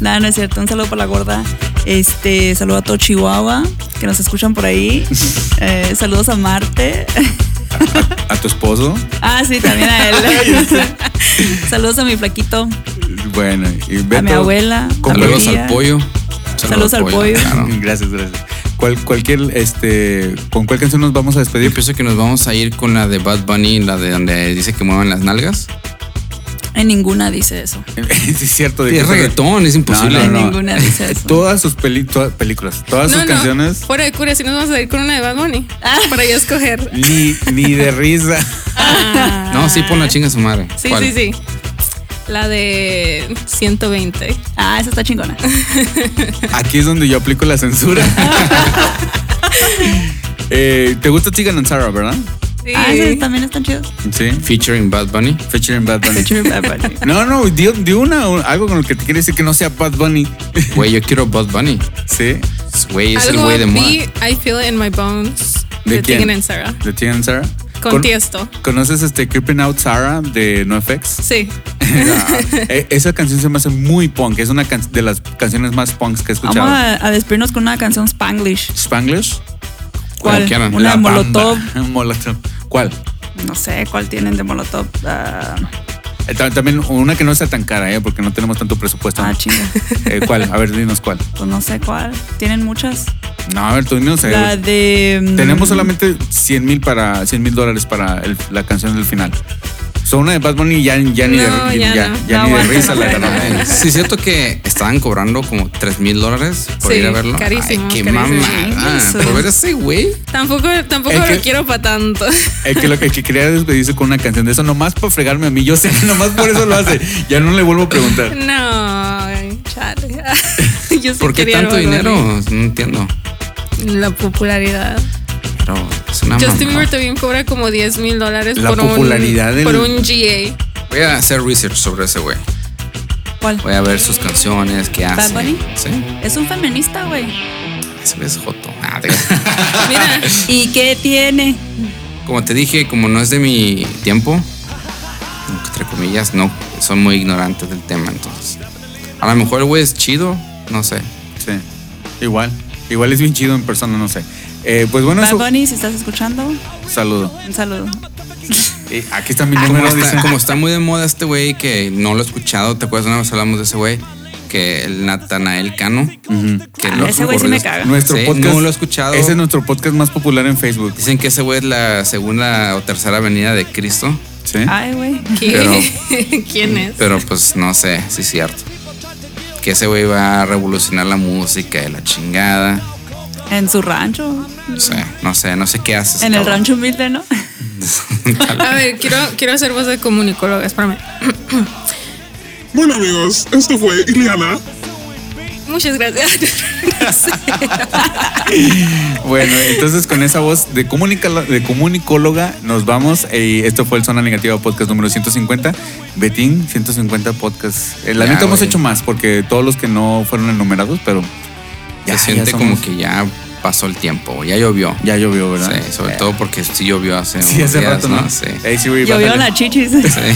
S3: Nada, no es cierto. Un saludo para la gorda. Este, saludo a todo Chihuahua, que nos escuchan por ahí. Eh, saludos a Marte. *laughs*
S1: A tu esposo.
S3: Ah, sí, también a él. saludos a mi flaquito,
S1: Bueno, y
S3: a mi
S1: Beto,
S3: abuela. a mi
S2: Saludos
S3: tía.
S2: al pollo.
S3: Saludos al pollo.
S2: claro.
S1: Ah, Gracias, gracias. ¿Cuál, cualquier, este, ¿Con cuál canción nos vamos a
S2: Yo
S1: despedir? *laughs*
S2: *laughs* pienso que nos vamos a ir con la de Bad Bunny, la de donde dice que muevan las nalgas.
S3: En ninguna dice eso.
S1: Sí, es cierto. de
S2: Es
S1: que-
S2: reggaetón, es imposible.
S1: No,
S3: En
S1: no,
S3: ninguna dice eso.
S1: Todas sus peli- to- películas, todas sus
S4: No, no, *laughs*
S1: canciones,
S4: Fuera de cura, si nos vamos a ir con una de Bad Bunny
S3: Ah.
S4: para yo escoger.
S1: ni, ni de risa.
S4: Ah.
S2: No, sí, pon la chinga a su madre.
S4: Sí,
S2: ¿Cuál?
S4: sí, sí. La de 120.
S3: Ah, esa está chingona.
S1: Aquí es donde yo aplico la
S3: *laughs*
S1: censura. Eh, ¿Te gusta Tegan and Sarah, verdad?
S4: Sí.
S3: Ah, esas también están chidas.
S1: Sí.
S2: Featuring Bad Bunny.
S1: Featuring Bad Bunny.
S3: Bunny.
S1: No, no, di, di una, un- algo con lo que te quiere decir que no sea Bad Bunny.
S2: Güey, yo quiero Bad Bunny.
S1: Sí.
S2: Güey, es el
S4: Algo
S2: güey de moda.
S4: vi, I feel it in my bones.
S1: ¿De
S4: De
S1: quién?
S4: Tegan and Sarah.
S1: De Tegan and Sarah.
S4: Con
S1: Con-
S4: Tiesto.
S1: ¿Conoces este Creeping Out Sarah de NoFX?
S4: Sí.
S3: *laughs*
S1: Eh, Esa canción se me hace muy punk. Es una can- de las canciones más punks que he
S3: Vamos
S1: escuchado.
S3: a, a despedirnos con una canción Spanglish.
S1: Spanglish.
S3: ¿Cuál?
S2: quieran.
S3: Una de
S1: La
S3: Molotov.
S1: Bamba. *laughs* Molotov. ¿Cuál?
S3: No sé cuál tienen de Molotov. Ah,
S1: Eh, ta- También una que no sea tan cara, ¿eh? porque no tenemos tanto presupuesto.
S3: ah, chinga.
S1: Eh, ¿Cuál? A ver, dinos cuál.
S3: Pues no sé cuál. Tienen muchas.
S1: No, a ver, tú dinos. eh,
S3: La de. mm,
S1: Tenemos solamente 100 mil para 100 mil dólares para el- la canción del final. Son una de Bad Bunny ya, ya ni de,
S4: No, ya
S1: ya- ya
S3: No
S4: no.
S1: ni de
S3: aguanta,
S1: risa
S3: no
S1: la
S3: aguanta.
S4: *laughs*
S1: ganamos.
S2: eh, Sí, es cierto que estaban cobrando como 3 mil dólares por
S4: Sí,
S2: ir a verlo.
S4: carísimo,
S2: Ay, qué
S4: carísimo.
S2: mamada.
S4: Sí,
S2: Por ver a ese güey.
S4: Tampoco, tampoco
S1: Es
S4: lo
S1: que-
S4: quiero para tanto. *laughs*
S1: El Eh, que, lo, el que quería despedirse con una canción de eso, nomás para fregarme a mí. Yo sé *laughs* que nomás por eso lo hace. Ya no le vuelvo a preguntar.
S4: No, chale. *laughs* Yo sí
S2: ¿Por qué
S4: quería
S2: tanto
S4: algo
S2: dinero? No entiendo.
S4: de- La popularidad.
S2: Pero es una
S4: Justin
S2: mamada.
S4: Bieber también cobra como 10 mil dólares
S1: Ah, La
S4: por
S1: popularidad
S4: un,
S1: del-
S4: por un GA.
S2: Voy a hacer research sobre ese güey.
S3: ¿Cuál?
S2: Voy a ver sus canciones, qué
S3: ¿Bad
S2: hace.
S3: Buney?
S2: Sí.
S3: Es un feminista, güey.
S2: Ese güey es joto. Ah, te-
S1: *laughs*
S4: Mira,
S3: ¿Y qué tiene?
S2: *laughs* como te dije, como no es de mi tiempo, entre comillas, no, soy muy ignorante del tema, entonces. A lo mejor el güey es chido, no sé.
S1: Sí. Igual. Igual es bien chido en persona, no sé. Eh, pues bueno,
S3: Bad
S1: eso.
S3: Bunny, si estás escuchando,
S1: Saludo.
S3: un saludo.
S1: Eh, aquí está mi
S2: Como
S1: número.
S2: Ah, está,
S1: dice.
S2: como está muy de moda este güey que no lo he escuchado, ¿te acuerdas una vez hablamos de ese güey? que el Natanael Cano. que
S3: Ah,
S2: lo-
S3: ese güey sí me caga.
S1: Nuestro
S2: Sí,
S1: podcast.
S2: No lo he escuchado.
S1: Ese es nuestro podcast más popular en Facebook.
S2: Dicen que ese güey es la segunda o tercera venida de Cristo.
S1: Sí.
S2: Ah,
S3: Ay, güey. *laughs*
S4: ¿Qué? *laughs* ¿Quién es?
S2: Pero pues no sé si es cierto. Que ese güey va a revolucionar la música y la chingada.
S3: En su rancho.
S2: No sé, no sé, no sé qué haces.
S3: En el rancho humilde, ¿no? *laughs*
S4: A ver, quiero, quiero hacer voz de comunicóloga, espérame.
S5: Bueno amigos, esto fue Ileana.
S4: Muchas gracias. *laughs* No sé.
S1: Bueno, entonces con esa voz de, comunicalo- de comunicóloga nos vamos. Eh, Y esto fue el Zona Negativa Podcast número 150. Betín, 150 podcasts. Eh, La
S2: Ya,
S1: neta hemos
S2: güey.
S1: hecho más porque todos los que no fueron enumerados, pero
S2: Se siente como que ya pasó el tiempo, ya llovió.
S1: ya llovió, ¿verdad?
S2: Sí, sobre todo porque sí llovió hace
S1: Sí,
S2: unos
S1: hace
S2: días,
S1: rato,
S2: ¿no?
S1: ¿no?
S2: Sí.
S1: Ey, Siri,
S3: Llovió
S1: bájale.
S3: las chichis.
S1: *laughs*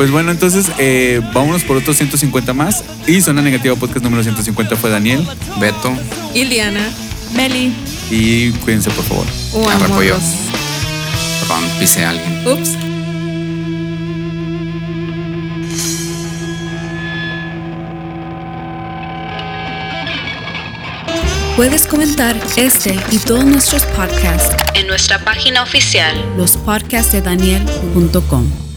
S1: Pues bueno, entonces eh, vámonos por otros 150 más. Y Zona Negativa Podcast número 150 fue Daniel.
S2: *laughs* Beto,
S4: Iliana,
S3: Meli.
S1: Y cuídense, por favor.
S4: o
S2: Arre, pollo.
S4: amorros.
S2: perdón, pisé a alguien.
S4: Ups.
S6: Puedes comentar este y todos nuestros podcasts,
S7: en nuestra página oficial
S6: lospodcastdedaniel.com.